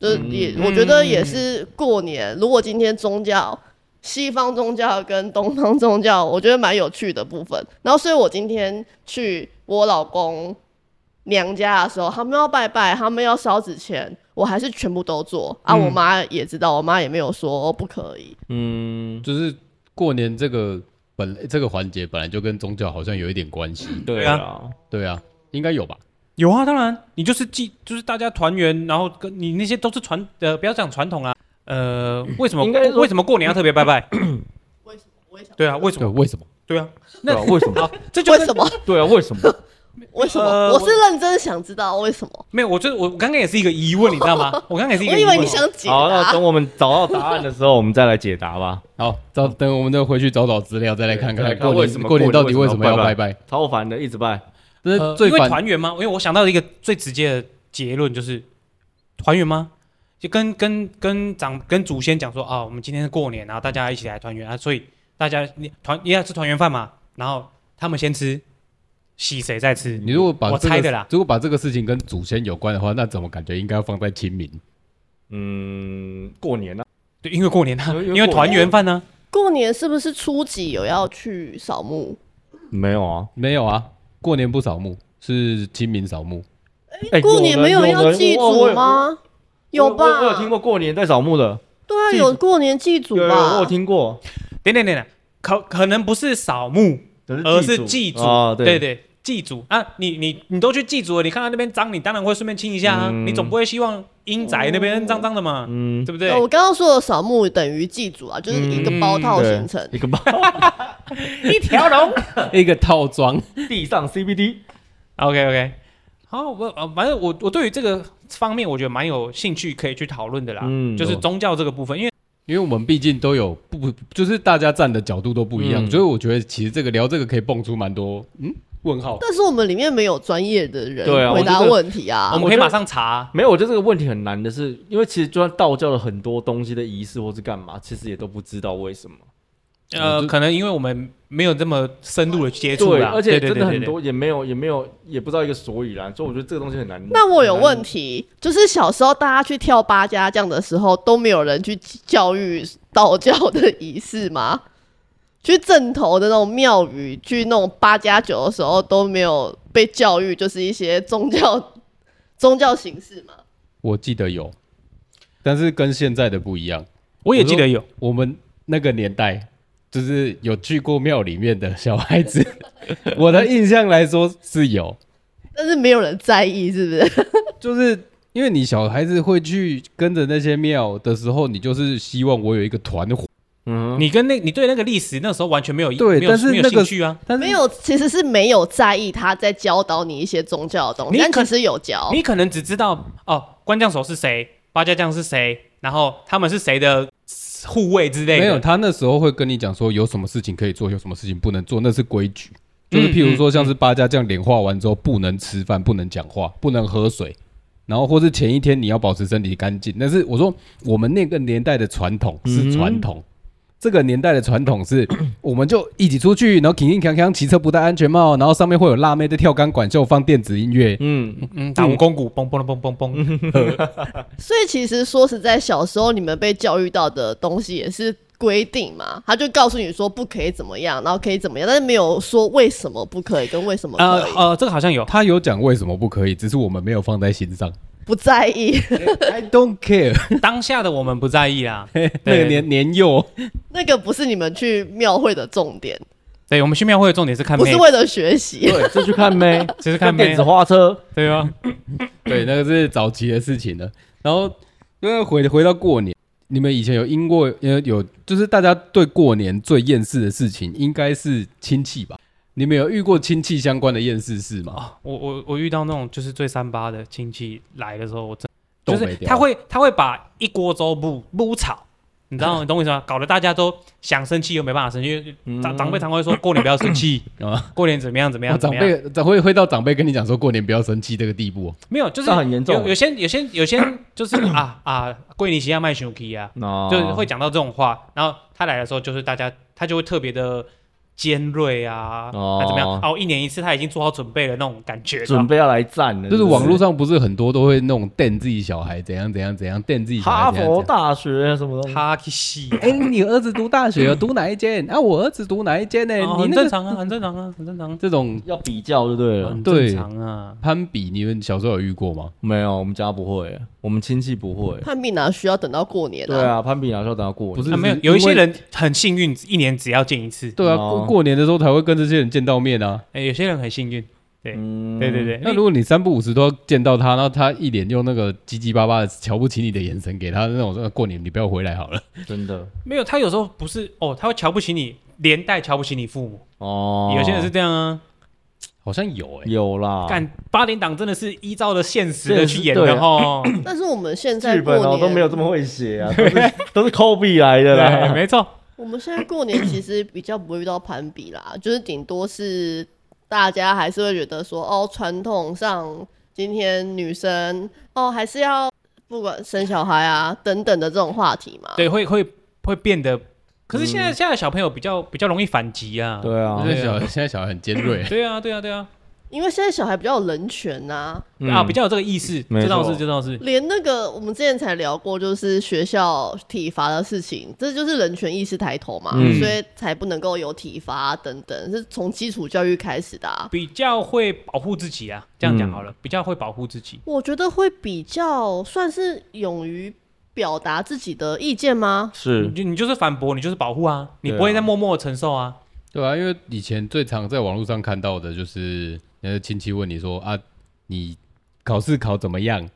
[SPEAKER 3] 就是
[SPEAKER 2] 嗯
[SPEAKER 3] 也、我觉得也是过年，如果今天宗教。西方宗教跟东方宗教，我觉得蛮有趣的部分。然后，所以我今天去我老公娘家的时候，他们要拜拜，他们要烧纸钱，我还是全部都做啊。我妈也知道，我妈也没有说不可以。
[SPEAKER 2] 嗯，
[SPEAKER 4] 就是过年这个本这个环节本来就跟宗教好像有一点关系，
[SPEAKER 2] 对啊，
[SPEAKER 4] 对啊，应该有吧？
[SPEAKER 1] 有啊，当然，你就是记，就是大家团圆，然后跟你那些都是传，呃，不要讲传统啦，呃，为什么
[SPEAKER 2] 应该说
[SPEAKER 1] 为什么过年要特别拜 拜？
[SPEAKER 3] 为什么？我也想。
[SPEAKER 1] 对啊，为什
[SPEAKER 4] 对，
[SPEAKER 1] 么？
[SPEAKER 4] 为什么？
[SPEAKER 1] 对啊，
[SPEAKER 2] 对
[SPEAKER 1] 那
[SPEAKER 2] 啊，为什么？
[SPEAKER 1] 好，这就
[SPEAKER 3] 为
[SPEAKER 1] 跟
[SPEAKER 3] 什么？
[SPEAKER 2] 对啊，为什么？
[SPEAKER 3] 为什么？
[SPEAKER 1] 呃
[SPEAKER 3] 我是认真想知道为什么。
[SPEAKER 1] 没有，我就我刚刚也是一个疑问，你知道吗？我刚刚也是一
[SPEAKER 3] 我
[SPEAKER 1] 个
[SPEAKER 3] 以
[SPEAKER 1] 疑
[SPEAKER 3] 为
[SPEAKER 1] 问。
[SPEAKER 3] 你想 解
[SPEAKER 2] 好，那
[SPEAKER 3] 答。
[SPEAKER 2] 等我们找到答案的时候，我们再来解答吧。
[SPEAKER 4] 好，找等我们再回去找找资料，再来看
[SPEAKER 2] 对再
[SPEAKER 4] 看
[SPEAKER 2] 来看
[SPEAKER 4] 过
[SPEAKER 2] 为什
[SPEAKER 4] 年
[SPEAKER 2] 么
[SPEAKER 4] 过年
[SPEAKER 2] 过年
[SPEAKER 4] 到底为什么要拜拜？
[SPEAKER 2] 超烦的，一直拜。
[SPEAKER 4] 这
[SPEAKER 1] 呃
[SPEAKER 4] 是最
[SPEAKER 1] 因为
[SPEAKER 4] 反
[SPEAKER 1] 团圆吗？因为我想到一个最直接的结论就是团圆吗？就跟跟跟长跟祖先讲说啊，我们今天是过年，然后大家一起来团圆啊，所以大家你团也要吃团圆饭嘛，然后他们先吃，洗谁再吃？
[SPEAKER 4] 你如果把
[SPEAKER 1] 我
[SPEAKER 4] 这
[SPEAKER 1] 猜
[SPEAKER 4] 个
[SPEAKER 1] 的啦
[SPEAKER 4] 如果把这个事情跟祖先有关的话，那怎么感觉应该要放在清明？
[SPEAKER 2] 嗯，过年啊，
[SPEAKER 1] 对，因为过年啊，
[SPEAKER 2] 因为
[SPEAKER 1] 因为团圆饭呢，
[SPEAKER 3] 过年是不是初几有要去扫墓？
[SPEAKER 2] 没有啊？
[SPEAKER 4] 没有啊，过年不扫墓，是清明扫 墓。
[SPEAKER 2] 哎
[SPEAKER 3] 过年没
[SPEAKER 2] 有人
[SPEAKER 3] 要祭祖？吗？
[SPEAKER 2] 有人我我我
[SPEAKER 3] 吧
[SPEAKER 2] 我？有听过过年在扫墓的，
[SPEAKER 3] 对啊，
[SPEAKER 2] 祭祖
[SPEAKER 3] 有过年祭祖
[SPEAKER 2] 有有我有
[SPEAKER 3] 吧？
[SPEAKER 2] 听过，
[SPEAKER 1] 等等等等，可可能不是扫墓，而
[SPEAKER 2] 只
[SPEAKER 1] 是祭祖，
[SPEAKER 2] 啊，
[SPEAKER 4] 哦
[SPEAKER 1] 对
[SPEAKER 2] 对，
[SPEAKER 1] 对，祭祖啊，你你你都去祭祖了，你看到那边脏，你当然会顺便清一下啊，
[SPEAKER 2] 嗯
[SPEAKER 1] 你总不会希望阴宅那边脏脏的嘛，
[SPEAKER 2] 嗯，
[SPEAKER 1] 对不对
[SPEAKER 3] 对，？我刚刚说的扫墓等于祭祖啊，就是一个包套
[SPEAKER 2] 对
[SPEAKER 3] 行程。
[SPEAKER 2] 一个包
[SPEAKER 1] 一条龙。
[SPEAKER 4] 一个套装，
[SPEAKER 2] 地上 CBD，
[SPEAKER 1] OK OK，好，我呃，反正我我对于这个方面，我觉得蛮有兴趣可以去讨论的啦，
[SPEAKER 2] 嗯
[SPEAKER 1] 就是
[SPEAKER 2] 有
[SPEAKER 1] 宗教这个部分，因为
[SPEAKER 4] 因为我们毕竟都有不不，就是大家站的角度都不一样，
[SPEAKER 2] 嗯
[SPEAKER 4] 所以我觉得其实这个聊这个可以蹦出蛮多嗯问号。
[SPEAKER 3] 但是我们里面没有专业的
[SPEAKER 2] 对
[SPEAKER 3] 人
[SPEAKER 2] 啊
[SPEAKER 3] 回答
[SPEAKER 2] 我觉得
[SPEAKER 3] 问题啊
[SPEAKER 1] 我。们
[SPEAKER 2] 我
[SPEAKER 1] 可以
[SPEAKER 2] 觉得
[SPEAKER 1] 马上查，
[SPEAKER 2] 没有，我觉得这个问题很难的是，因为其实就算道教的很多东西的仪式或是干嘛，其实也都不知道为什么。
[SPEAKER 4] 我
[SPEAKER 1] 呃，
[SPEAKER 4] 就
[SPEAKER 1] 可能因为我们没有这么深入的接触
[SPEAKER 2] 对，
[SPEAKER 1] 啦，
[SPEAKER 2] 而且
[SPEAKER 1] 对
[SPEAKER 2] 真的很，
[SPEAKER 1] 对对对对
[SPEAKER 2] 多也没有也没有也不知道一个所以然，所以我觉得这个东西很难。嗯
[SPEAKER 3] 那我有
[SPEAKER 2] 很难
[SPEAKER 3] 问
[SPEAKER 1] 嗯
[SPEAKER 3] 题，就是小时候大家去跳八家将的时候，都没有人去教育道教的仪式吗？ 去镇头的那种庙宇，去那种八加九的时候，都没有被教 育，就是一些宗教宗教形式嘛。
[SPEAKER 4] 我记得有，但是跟现在的不一样。
[SPEAKER 1] 我也记得有，
[SPEAKER 4] 我们那个年代，就是有去过庙里面的小孩 子，我的印象来说是有，
[SPEAKER 3] 但是没有人在意，是不 是？
[SPEAKER 4] 就是因为你小孩子会去跟着那些庙的时候，你就是希望我有一个团伙，
[SPEAKER 2] 嗯哼，
[SPEAKER 1] 你跟那你对那个历史那时候完全没有
[SPEAKER 4] 对
[SPEAKER 1] 没有
[SPEAKER 4] 但是
[SPEAKER 1] 没有
[SPEAKER 4] 那
[SPEAKER 1] 兴
[SPEAKER 4] 个
[SPEAKER 1] 趣啊。
[SPEAKER 4] 但是
[SPEAKER 3] 没有，其实是没有在意他在教导你一些宗教的东西，
[SPEAKER 1] 你
[SPEAKER 3] 但
[SPEAKER 1] 可
[SPEAKER 3] 其实有教。
[SPEAKER 1] 你可能只知道哦，关将手是谁，八家将是谁，然后他们是谁的护卫之类的。
[SPEAKER 4] 没有，他那时候会跟你讲说有什么事情可以做，有什么事情不能做，那是规矩。就是譬如说，像是八家将脸画完之后，不能吃饭，不能讲话，不能喝水，然后或是前一天你要保持身体干净。但是我说，我们那个年代的传统是传统，这个年代的传统是，我们就一起出去，然后挺挺锵锵，骑车不戴安全帽，然后上面会有辣妹在跳钢管秀，放电子音乐，
[SPEAKER 2] 嗯，
[SPEAKER 1] 嗯，打无弓鼓，嘣嘣嘣嘣嘣，
[SPEAKER 3] 所以其实说实在，小时候你们被教育到的东西也是规定嘛，他就告诉你说不可以怎么样，然后可以怎么样，但是没有说为什么不可以跟为什么
[SPEAKER 1] 呃
[SPEAKER 3] 可以，
[SPEAKER 1] 呃，这个好像有。
[SPEAKER 4] 他有讲为什么不可以，只是我们没有放在心上。
[SPEAKER 3] 不在意。
[SPEAKER 4] I don't care，
[SPEAKER 1] 当下的我们不在意啊啦，
[SPEAKER 4] 那个年 年幼，
[SPEAKER 3] 那个不是你们去庙会的重点，
[SPEAKER 1] 对我们去庙会的重点是看
[SPEAKER 3] 不
[SPEAKER 1] 妹
[SPEAKER 3] 是，为了学习。
[SPEAKER 2] 对，是去看妹，
[SPEAKER 1] 其实看妹
[SPEAKER 2] 电子，花车，
[SPEAKER 1] 对啊吧？
[SPEAKER 4] 对，那个是早期的事情了。然后因为回回到过年，你们以前有因过呃有，就是大家对过年最厌世的事情应该是亲戚吧？你们有遇过亲戚相关的厌世事吗？
[SPEAKER 1] 啊，我我我遇到那种就是最三八的亲戚来的时候，我真
[SPEAKER 4] 都
[SPEAKER 1] 就
[SPEAKER 4] 没
[SPEAKER 1] 是
[SPEAKER 4] 掉
[SPEAKER 1] 他会他会把一锅粥不不炒，你 知道你懂我意思吗？搞得大家都想生气又没办法生气，因为长长辈常会说过年不要生气，
[SPEAKER 4] 啊，
[SPEAKER 1] 过年怎么样怎么
[SPEAKER 4] 嗯 哦
[SPEAKER 1] 样怎
[SPEAKER 4] 长
[SPEAKER 1] 么样，
[SPEAKER 4] 辈长会会到长辈跟你讲说过年不要生气这个地步哦、
[SPEAKER 1] 没有就是
[SPEAKER 2] 这很严重
[SPEAKER 1] 有有些有些有些就是 啊啊，桂林西亚卖熊 K 啊，
[SPEAKER 2] 那
[SPEAKER 4] 哦
[SPEAKER 1] 就是会讲到这种话，然后他来的时候，就是大家他就会特别的尖锐啊，
[SPEAKER 2] 哦
[SPEAKER 1] 还怎么样？哦，一年一次，他已经做好准备了那种感觉。
[SPEAKER 2] 准备要来战了，
[SPEAKER 4] 就是网络上不是很多都会那种电自己小孩怎样怎样怎样电自己小
[SPEAKER 2] 哈
[SPEAKER 4] 孩怎样
[SPEAKER 2] 佛
[SPEAKER 4] 怎样。
[SPEAKER 2] 大学什么东西，
[SPEAKER 1] 他去洗，
[SPEAKER 2] 啊
[SPEAKER 4] 哎、你儿子读大学哦读哪一间？啊，我儿子读哪一间呢、
[SPEAKER 1] 哦
[SPEAKER 4] 你
[SPEAKER 1] 很
[SPEAKER 4] 那
[SPEAKER 1] 正
[SPEAKER 4] 个
[SPEAKER 1] 常啊，很正常啊，很正常，
[SPEAKER 4] 这种
[SPEAKER 2] 要比较就对了。
[SPEAKER 1] 很
[SPEAKER 4] 对
[SPEAKER 1] 正常啊。
[SPEAKER 4] 攀比，你们小时候有遇过吗？
[SPEAKER 2] 没有，我们家不会，我们亲戚不会。
[SPEAKER 3] 攀比哪需要等到过年
[SPEAKER 2] 对？啊，攀比哪需要等到过年？
[SPEAKER 4] 不是
[SPEAKER 1] 啊，没有
[SPEAKER 4] 因，为
[SPEAKER 1] 有一些人很幸运，一年只要见一次。
[SPEAKER 4] 对啊，
[SPEAKER 2] 哦
[SPEAKER 4] 过过年的时候才会跟这些人见到面啊。
[SPEAKER 1] 哎，有些人很幸运，
[SPEAKER 2] 嗯
[SPEAKER 1] 对对对。
[SPEAKER 4] 那如果你三不五时都要见到他，那他一脸用那个唧唧巴巴的、瞧不起你的眼神给他，那种说呃过年你不要回来好了。
[SPEAKER 2] 真的
[SPEAKER 1] 没有，他有时候不是哦，他会瞧不起你，连带瞧不起你父母。
[SPEAKER 2] 哦，
[SPEAKER 1] 有些人是这样啊，
[SPEAKER 4] 好像有哎、
[SPEAKER 2] 有啦，
[SPEAKER 1] 干八点档真的是依照的现实的去演
[SPEAKER 2] 现实对
[SPEAKER 1] 的
[SPEAKER 2] 啊
[SPEAKER 1] 哦。
[SPEAKER 3] 但是我们现在
[SPEAKER 2] 剧
[SPEAKER 3] 过
[SPEAKER 2] 本
[SPEAKER 3] 年
[SPEAKER 2] 哦都没有这么会写啊，都 是都是 Kobe 来
[SPEAKER 1] 对，
[SPEAKER 2] 的啦。
[SPEAKER 1] 没 错。
[SPEAKER 3] 我们现在过年其实比较不会遇到攀比啦，就是顶多是大家还是会觉得说，哦，传统上今天女生哦还是要不管生小孩啊等等的这种话题嘛。
[SPEAKER 1] 对，会会会变得。
[SPEAKER 2] 嗯
[SPEAKER 1] 可是现在、现在小朋友比较比较容易反击啊。，
[SPEAKER 2] 对啊
[SPEAKER 4] 现，在小 现在小孩很尖锐
[SPEAKER 1] 对啊，对啊，对啊，
[SPEAKER 3] 因为现在小孩比较有人权呐、
[SPEAKER 2] 嗯
[SPEAKER 1] 啊，比较有这个意识，
[SPEAKER 2] 没
[SPEAKER 1] 这倒
[SPEAKER 2] 错
[SPEAKER 1] 是，这倒是。
[SPEAKER 3] 连那个我们之前才聊过，就是学校体罚的事情，这就是人权意识抬头嘛，
[SPEAKER 2] 嗯
[SPEAKER 3] 所以才不能够有体罚、啊等等，是从基础教育开始的、啊。
[SPEAKER 1] 比较会保护自己啊，这样讲
[SPEAKER 2] 嗯
[SPEAKER 1] 好了，比较会保护自己。
[SPEAKER 3] 我觉得会比较算是勇于表达自己的意见吗？
[SPEAKER 2] 是
[SPEAKER 1] 你就你就是反驳，你就是保护啊，你
[SPEAKER 2] 对啊
[SPEAKER 1] 不会再默默地承受啊。
[SPEAKER 4] 对啊，因为以前最常在网络上看到的就是那个亲戚问你说啊，你考试考怎么样？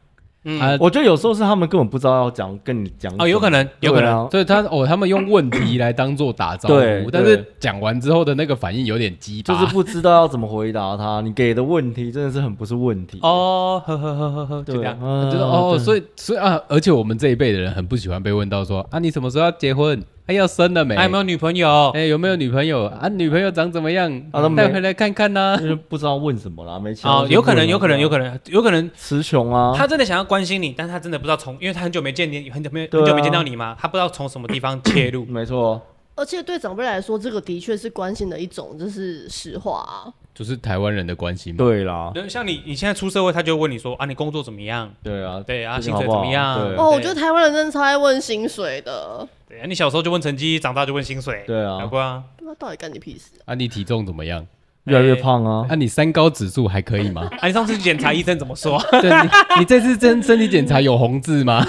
[SPEAKER 1] 嗯
[SPEAKER 4] 啊，
[SPEAKER 2] 我觉得有时候是他们根本不知道要讲跟你讲什么
[SPEAKER 1] 哦，有可能，有可能。
[SPEAKER 2] 嗯对啊
[SPEAKER 4] 所以他哦，他们用问题来当做打招
[SPEAKER 2] 对
[SPEAKER 4] 呼，但是
[SPEAKER 2] 对
[SPEAKER 4] 讲完之后的那个反应有点鸡巴，
[SPEAKER 2] 就是不知道要怎么回答他。你给的问题真的是很不是问题，啊
[SPEAKER 1] 哦，呵呵呵呵呵，就
[SPEAKER 2] 对
[SPEAKER 1] 这
[SPEAKER 2] 啊
[SPEAKER 1] 样。，
[SPEAKER 4] 就是哦，所
[SPEAKER 2] 以
[SPEAKER 4] 以所以啊，而且我们这一辈的人很不喜欢被问到说啊，你什么时候要结婚？哎、要生了没？
[SPEAKER 1] 还有没有女朋友？
[SPEAKER 4] 哎、有没有女朋友啊？女朋友长怎么样？
[SPEAKER 2] 啊都没
[SPEAKER 4] 带回来看看呢、
[SPEAKER 2] 就是不知道问什么啦，没钱
[SPEAKER 1] 哦，有可能，有可能，有
[SPEAKER 2] 能
[SPEAKER 1] 可能，有可能。
[SPEAKER 2] 词穷啊，
[SPEAKER 1] 他真的想要关心你，但他真的不知道从，因为他很久没见你，很久没
[SPEAKER 2] 对啊嗯
[SPEAKER 1] 很久没见到你嘛，他不知道从什么地方切入。
[SPEAKER 2] 没错，
[SPEAKER 3] 而且对长辈来说，这个的确是关心的一种，这是实话啊。
[SPEAKER 4] 就是台湾人的关
[SPEAKER 1] 嗯
[SPEAKER 4] 心嘛。
[SPEAKER 2] 对啦，
[SPEAKER 1] 对像你，你现在出社会，他就会问你说啊，你工作怎么样？
[SPEAKER 2] 对啊，
[SPEAKER 1] 对啊，
[SPEAKER 2] 最
[SPEAKER 1] 薪
[SPEAKER 2] 近
[SPEAKER 1] 水
[SPEAKER 2] 好
[SPEAKER 1] 怎
[SPEAKER 2] 不好
[SPEAKER 1] 么样？
[SPEAKER 2] 对
[SPEAKER 3] 哦，我觉得台湾人真的超爱问薪水 的，
[SPEAKER 1] 对啊，你小时候就问成绩，长大就问薪水，
[SPEAKER 2] 对啊
[SPEAKER 1] 好不啊？
[SPEAKER 3] 那到底干你屁事啊、
[SPEAKER 4] 啊，你体重怎么样？
[SPEAKER 2] 越来
[SPEAKER 1] 哎
[SPEAKER 2] 越胖啊，
[SPEAKER 4] 啊，你三高指数还可以 吗？
[SPEAKER 1] 啊，你上次去检查医生怎么说？
[SPEAKER 4] 对，你你这次身身体检查有红字吗？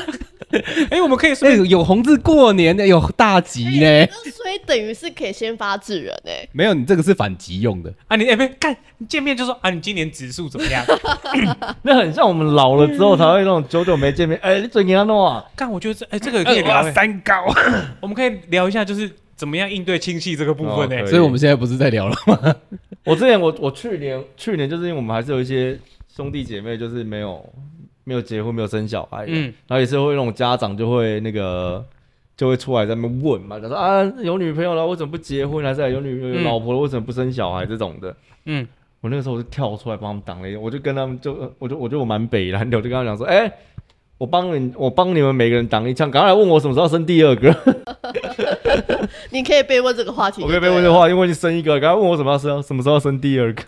[SPEAKER 1] 哎，我们可以顺
[SPEAKER 4] 哎、
[SPEAKER 1] 便
[SPEAKER 4] 有红字过年的，有大吉呢。
[SPEAKER 3] 哎所以等于是可以先发制人哎、
[SPEAKER 4] 没有，你这个是反击用的。
[SPEAKER 1] 啊，你哎没看你见面就说啊，你今年指数怎么样？哎
[SPEAKER 2] 那很像我们老了之后才会那种久久没见面，哎、你准给他弄啊，
[SPEAKER 1] 干，我觉得这哎这个可以聊，哎
[SPEAKER 4] 三高，
[SPEAKER 1] 我们可以聊一下，就是怎么样应对亲戚这个部分哎
[SPEAKER 2] 哦
[SPEAKER 1] 呢
[SPEAKER 2] 可？
[SPEAKER 4] 所以我们现在不是在聊了吗？
[SPEAKER 2] 我之前我我去年去年就是因为我们还是有一些兄弟姐妹就是没有没有结婚没有生小孩，嗯
[SPEAKER 1] 嗯，
[SPEAKER 2] 然后也是会那种家长就会那个就会出来在那边问嘛，他说啊有女朋友了为什么不结婚，还是有女有
[SPEAKER 1] 嗯
[SPEAKER 2] 老婆了为什么不生小孩这种的。
[SPEAKER 1] 嗯，
[SPEAKER 2] 我那个时候我就跳出来帮他们挡了一个，我就跟他们就我就我觉得我蛮北蓝的，我就跟他们讲说，哎、我帮你，我帮你们每个人挡一枪，赶快来问我什么时候要生第二个。
[SPEAKER 3] 你可以被问这个话题，
[SPEAKER 2] 我可以被问的，话，因为你生一个，赶快问我什么时候要生，什么时候要生第二个。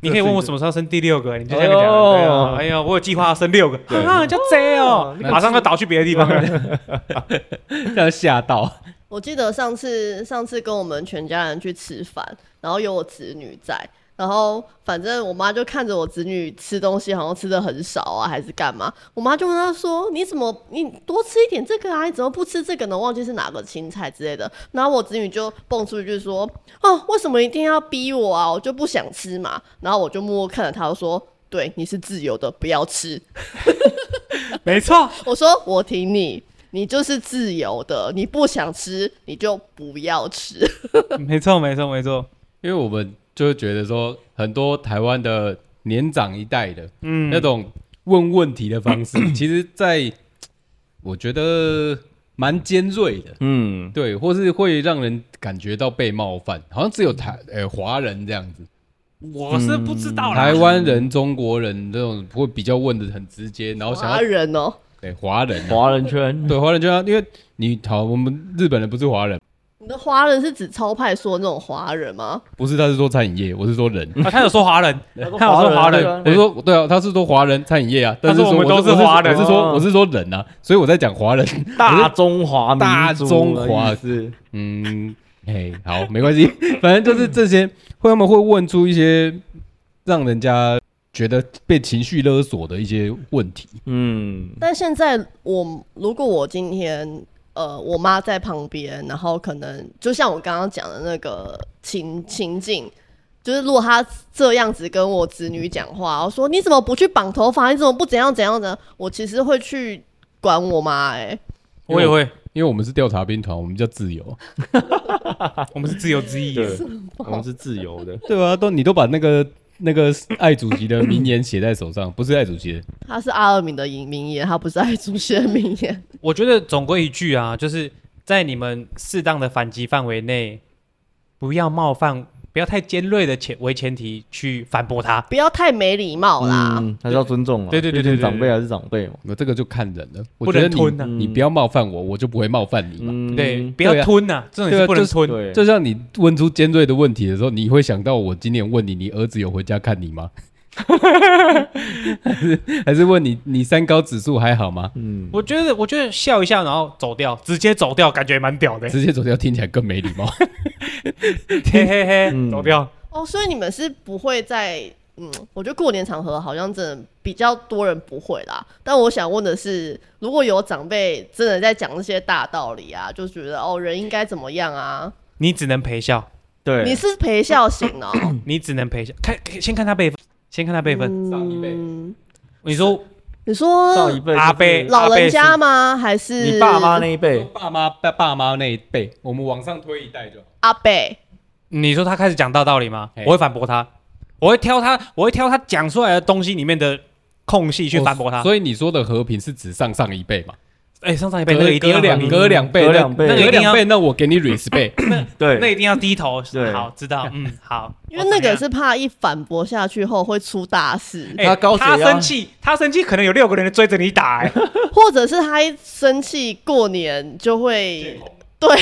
[SPEAKER 1] 你可以问我什么时候生第六个，你就这样
[SPEAKER 2] 哎呦
[SPEAKER 1] 讲。对啊哎呀，我有计划要生六个， 啊，就这 哦，马上就倒去别的地方了。
[SPEAKER 4] 要吓到，
[SPEAKER 3] 我记得上次上次跟我们全家人去吃饭，然后有我侄女在，然后反正我妈就看着我侄女吃东西，好像吃的很少啊，还是干嘛？我妈就问她说：“你怎么你多吃一点这个啊？你怎么不吃这个呢？忘记是哪个青菜之类的。”然后我侄女就蹦出一句说：“哦，为什么一定要逼我啊？我就不想吃嘛。”然后我就默默看着她，我说：“对，你是自由的，不要吃。”
[SPEAKER 1] 没错，
[SPEAKER 3] 我说我挺你，你就是自由的，你不想吃你就不要吃。
[SPEAKER 1] 没错，没错，没错。
[SPEAKER 4] 因为我们就会觉得说，很多台湾的年长一代的，
[SPEAKER 1] 嗯
[SPEAKER 4] 那种问问题的方式，其实在我觉得蛮尖锐的，
[SPEAKER 2] 嗯，
[SPEAKER 4] 对，或是会让人感觉到被冒犯，好像只有台呃华人这样子，
[SPEAKER 1] 我是不知道啦
[SPEAKER 4] 嗯台湾人、中国人这种会比较问的很直接，然后想
[SPEAKER 3] 华
[SPEAKER 4] 要
[SPEAKER 3] 人哦，
[SPEAKER 4] 对华人啊、
[SPEAKER 2] 嗯华人 圈，
[SPEAKER 4] 对华人就要，因为你好，我们日本人不是华人，
[SPEAKER 3] 你的华人是指超派说的那种华人吗？
[SPEAKER 4] 不是他是说餐饮业，我是说人。
[SPEAKER 1] 啊，他有说华人，他有
[SPEAKER 2] 说
[SPEAKER 1] 说华
[SPEAKER 2] 华人啊
[SPEAKER 1] 人，
[SPEAKER 4] 我说对啊，他是说华人餐饮业啊，但
[SPEAKER 1] 他
[SPEAKER 4] 是
[SPEAKER 1] 说我们
[SPEAKER 4] 说
[SPEAKER 1] 都是华人
[SPEAKER 4] 我是说我是说人啊，所以我在讲华 人。
[SPEAKER 2] 大中华民族
[SPEAKER 4] 大中华
[SPEAKER 2] 是，
[SPEAKER 4] 嗯，嘿，好，没关系， 反正就是这些，会他们会问出一些让人家觉得被情绪勒索的一些问题。
[SPEAKER 2] 嗯，
[SPEAKER 3] 但现在我如果我今天呃我妈在旁边，然后可能就像我刚刚讲的那个情情境。就是如果她这样子跟我侄女讲话，我说你怎么不去绑头发？你怎么不怎样怎样的？我其实会去管我妈、欸，
[SPEAKER 1] 我也会，
[SPEAKER 4] 因为我们是调查兵团，我们叫自由，
[SPEAKER 1] 我们是自由之翼。
[SPEAKER 2] 对，我们是自由的，
[SPEAKER 4] 对啊，都你都把那个那个爱主席的名言写在手上，不是爱主席的，
[SPEAKER 3] 她是阿尔敏的名名言，她不是爱主席的名言。
[SPEAKER 1] 我觉得总归一句啊，就是在你们适当的反击范围内，不要冒犯，不要太尖锐的前为前提去反驳他。
[SPEAKER 3] 不要太没礼貌啦。
[SPEAKER 2] 嗯，还是要尊重啊，
[SPEAKER 1] 对对对对
[SPEAKER 2] 毕
[SPEAKER 1] 对
[SPEAKER 2] 竟
[SPEAKER 1] 对
[SPEAKER 2] 长辈还是长辈嘛，
[SPEAKER 4] 那这个就看人了。我
[SPEAKER 1] 不
[SPEAKER 4] 觉
[SPEAKER 1] 能
[SPEAKER 4] 得你
[SPEAKER 1] 吞啊
[SPEAKER 4] 你不要冒犯我，我就不会冒犯你嘛。
[SPEAKER 2] 嗯，
[SPEAKER 1] 对，不
[SPEAKER 4] 对
[SPEAKER 1] 要
[SPEAKER 4] 啊
[SPEAKER 1] 吞呐、这种也
[SPEAKER 4] 对啊
[SPEAKER 1] 是不能
[SPEAKER 4] 就是
[SPEAKER 1] 吞。
[SPEAKER 2] 对，
[SPEAKER 4] 就像你问出尖锐的问题的时候，你会想到我今年问你，你儿子有回家看你吗？ 还是还是问你，你三高指数还好吗？
[SPEAKER 2] 嗯，
[SPEAKER 1] 我觉得，我觉得笑一下，然后走掉，直接走掉，感觉蛮屌的。
[SPEAKER 4] 直接走掉听起来更没礼貌。
[SPEAKER 1] 嘿嘿 嘿，
[SPEAKER 2] 嗯
[SPEAKER 1] 走掉。
[SPEAKER 3] 哦，所以你们是不会在嗯，我觉得过年场合好像真的比较多人不会啦。但我想问的是，如果有长辈真的在讲这些大道理啊，就觉得哦，人应该怎么样啊？
[SPEAKER 1] 你只能陪笑，
[SPEAKER 2] 对，
[SPEAKER 3] 你是陪笑型哦，
[SPEAKER 1] 你只能陪笑。看，看先看他辈分，先看他辈分。
[SPEAKER 4] 上一辈
[SPEAKER 3] 嗯，
[SPEAKER 1] 你说
[SPEAKER 3] 你
[SPEAKER 2] 上
[SPEAKER 3] 说
[SPEAKER 2] 一辈就是
[SPEAKER 1] 阿伯
[SPEAKER 3] 老人家吗？还是
[SPEAKER 2] 你爸妈那一辈，
[SPEAKER 4] 爸妈爸爸妈那一辈，我们往上推一代就好。
[SPEAKER 3] 阿伯？
[SPEAKER 1] 你说他开始讲大道理吗？
[SPEAKER 4] 嘿
[SPEAKER 1] 我会反驳他，我会挑他，我会挑他讲出来的东西里面的空隙去反驳他。
[SPEAKER 4] 所以你说的和平是指上上一辈嘛？
[SPEAKER 1] 哎、上上一辈那个一定要
[SPEAKER 4] 隔两
[SPEAKER 1] 和平
[SPEAKER 4] 隔两辈，
[SPEAKER 2] 隔
[SPEAKER 4] 那
[SPEAKER 2] 两辈
[SPEAKER 4] 那
[SPEAKER 1] 那个
[SPEAKER 4] 隔
[SPEAKER 1] 一定要
[SPEAKER 4] 两辈，那我给你 respect。
[SPEAKER 1] 那
[SPEAKER 2] 对，
[SPEAKER 1] 一定要低头。
[SPEAKER 2] 对
[SPEAKER 1] 好，知道，嗯， 好。
[SPEAKER 3] 因
[SPEAKER 2] 哦
[SPEAKER 3] 为那个
[SPEAKER 1] 我
[SPEAKER 3] 是怕一反驳下去后会出大事，
[SPEAKER 1] 怎样，哎
[SPEAKER 2] 他高血压
[SPEAKER 1] 他生气，他生气可能有六个人追着你打、哎
[SPEAKER 3] 或者是他一生气过年就会对。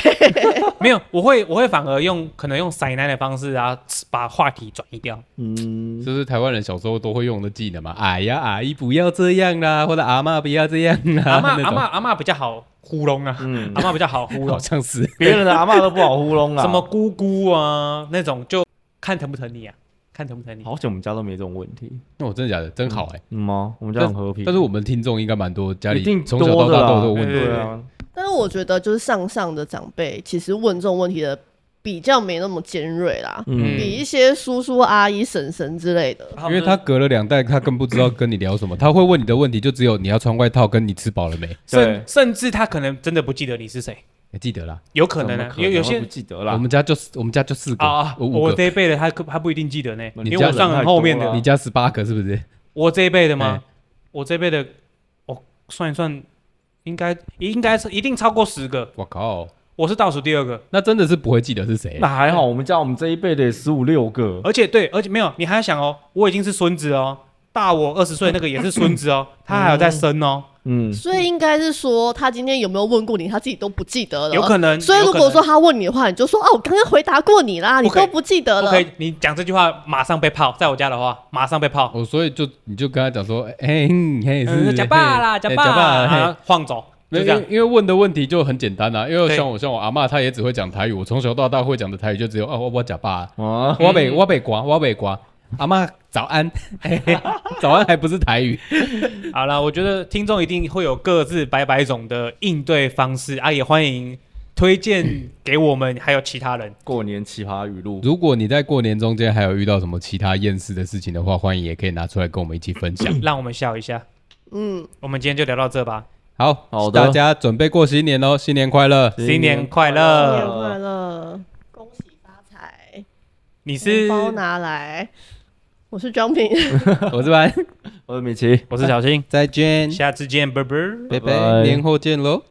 [SPEAKER 1] 没有，我会我会反而用可能用塞奶的方式啊，把话题转移掉。
[SPEAKER 2] 嗯，
[SPEAKER 4] 这是台湾人小时候都会用的技能嘛？哎呀，阿姨不要这样啦，或者阿妈不要这样啦，
[SPEAKER 1] 阿妈
[SPEAKER 4] 啊那
[SPEAKER 1] 阿
[SPEAKER 4] 种
[SPEAKER 1] 妈阿妈比较好糊弄啊，
[SPEAKER 2] 嗯
[SPEAKER 1] 阿妈比较好糊
[SPEAKER 4] 好
[SPEAKER 1] 弄，
[SPEAKER 4] 像是。
[SPEAKER 2] 别人的阿嬷都不好糊弄啊，
[SPEAKER 1] 什么姑姑啊那种就看疼不疼你啊。看疼不疼你。
[SPEAKER 2] 好险我们家都没这种问题，
[SPEAKER 4] 那我哦真的假的？真好哎、
[SPEAKER 2] 嗯吗？我们家很和平。
[SPEAKER 4] 但是我们听众应该蛮多，家里
[SPEAKER 2] 一定
[SPEAKER 4] 从小到
[SPEAKER 2] 多的
[SPEAKER 4] 大
[SPEAKER 2] 啦
[SPEAKER 4] 都有这个问
[SPEAKER 1] 对
[SPEAKER 4] 题。
[SPEAKER 2] 对啊，
[SPEAKER 3] 但是我觉得就是上上的长辈，其实问这种问题的比较没那么尖锐啦，
[SPEAKER 1] 嗯
[SPEAKER 3] 比一些叔叔阿姨、婶婶之类的。
[SPEAKER 4] 因为他隔了两代，他更不知道跟你聊什么。他会问你的问题，就只有你要穿外套，跟你吃饱了没？
[SPEAKER 2] 对
[SPEAKER 1] 甚甚至他可能真的不记得你是谁，
[SPEAKER 4] 还记得啦，
[SPEAKER 1] 有可能
[SPEAKER 2] 怎么
[SPEAKER 1] 啊，有有
[SPEAKER 2] 我
[SPEAKER 1] 些
[SPEAKER 2] 不记得
[SPEAKER 4] 我
[SPEAKER 2] 啦。
[SPEAKER 4] 们家就是我们家就四个
[SPEAKER 1] 啊啊，
[SPEAKER 4] 我五
[SPEAKER 1] 我
[SPEAKER 4] 个，
[SPEAKER 1] 这一辈的啊他可他不一定记得呢，
[SPEAKER 2] 你
[SPEAKER 1] 因为
[SPEAKER 4] 家
[SPEAKER 1] 我
[SPEAKER 4] 人
[SPEAKER 1] 上
[SPEAKER 2] 太
[SPEAKER 1] 很
[SPEAKER 2] 多
[SPEAKER 1] 后面
[SPEAKER 2] 了
[SPEAKER 1] 的
[SPEAKER 4] 你，家十八个是不是？
[SPEAKER 1] 我这一辈的吗
[SPEAKER 4] 哎？
[SPEAKER 1] 我这一辈的，我算一算，应该应该是一定超过十个，
[SPEAKER 4] 我靠，
[SPEAKER 1] 我是倒数第二个，
[SPEAKER 4] 那真的是不会记得是谁啊
[SPEAKER 2] 那。还好，我们家我们这一辈的十五六个，
[SPEAKER 1] 而且对，而且没有，你还要想哦，我已经是孙子哦，大我二十 岁那个也是孙子哦，他还有在生哦，
[SPEAKER 2] 嗯，
[SPEAKER 3] 所以应该是说，他今天有没有问过你，他自己都不记得了。
[SPEAKER 1] 有可能。
[SPEAKER 3] 嗯所以
[SPEAKER 1] 有
[SPEAKER 3] 如
[SPEAKER 1] 可
[SPEAKER 3] 果
[SPEAKER 1] 能
[SPEAKER 3] 说他问你的话，你就说哦，我刚刚回答过你啦，你
[SPEAKER 1] 不可以
[SPEAKER 3] 都不记得
[SPEAKER 1] 不
[SPEAKER 3] 了。
[SPEAKER 1] 可以，你讲这句话马上被泡，在我家的话马上被泡，
[SPEAKER 4] 哦，所以就你就跟他讲说，哎、嗯嘿，是
[SPEAKER 1] 嗯，假爸啦，假
[SPEAKER 4] 假
[SPEAKER 1] 爸，
[SPEAKER 4] 爸，
[SPEAKER 1] 啊晃走，
[SPEAKER 4] 没
[SPEAKER 1] 就
[SPEAKER 4] 有，
[SPEAKER 1] 这
[SPEAKER 4] 因
[SPEAKER 1] 样
[SPEAKER 4] 为。因为问的问题就很简单啊，因为
[SPEAKER 1] 对
[SPEAKER 4] 像我像我阿嬷，她也只会讲台语，我从小到大会讲的台语就只有哦，我我假爸，
[SPEAKER 2] 啊，
[SPEAKER 4] 我北我北瓜，我北瓜，阿嬷早安， 嘿嘿早安还不是台语，
[SPEAKER 1] 好了，我觉得听众一定会有各自百百种的应对方式啊，也欢迎推荐给我们，还有其他人。
[SPEAKER 2] 过年奇葩语录，
[SPEAKER 4] 如果你在过年中间还有遇到什么其他厌世的事情的话，欢迎也可以拿出来跟我们一起 分享。
[SPEAKER 1] 让我们笑一下。
[SPEAKER 3] 嗯，
[SPEAKER 1] 我们今天就聊到这吧，
[SPEAKER 4] 好，
[SPEAKER 2] 好的
[SPEAKER 4] 大家准备过新年喽，新年快乐！
[SPEAKER 1] 新年快
[SPEAKER 3] 新
[SPEAKER 1] 乐！
[SPEAKER 3] 年快乐，恭喜发财，
[SPEAKER 1] 你
[SPEAKER 3] 红
[SPEAKER 1] 是
[SPEAKER 3] 包拿来。我是庄平，
[SPEAKER 4] 我是班，
[SPEAKER 2] 我是米奇。
[SPEAKER 1] 我是小新，
[SPEAKER 4] 再见，
[SPEAKER 1] 下次见，拜拜。
[SPEAKER 4] 拜
[SPEAKER 2] 拜拜
[SPEAKER 4] 拜，年后见喽。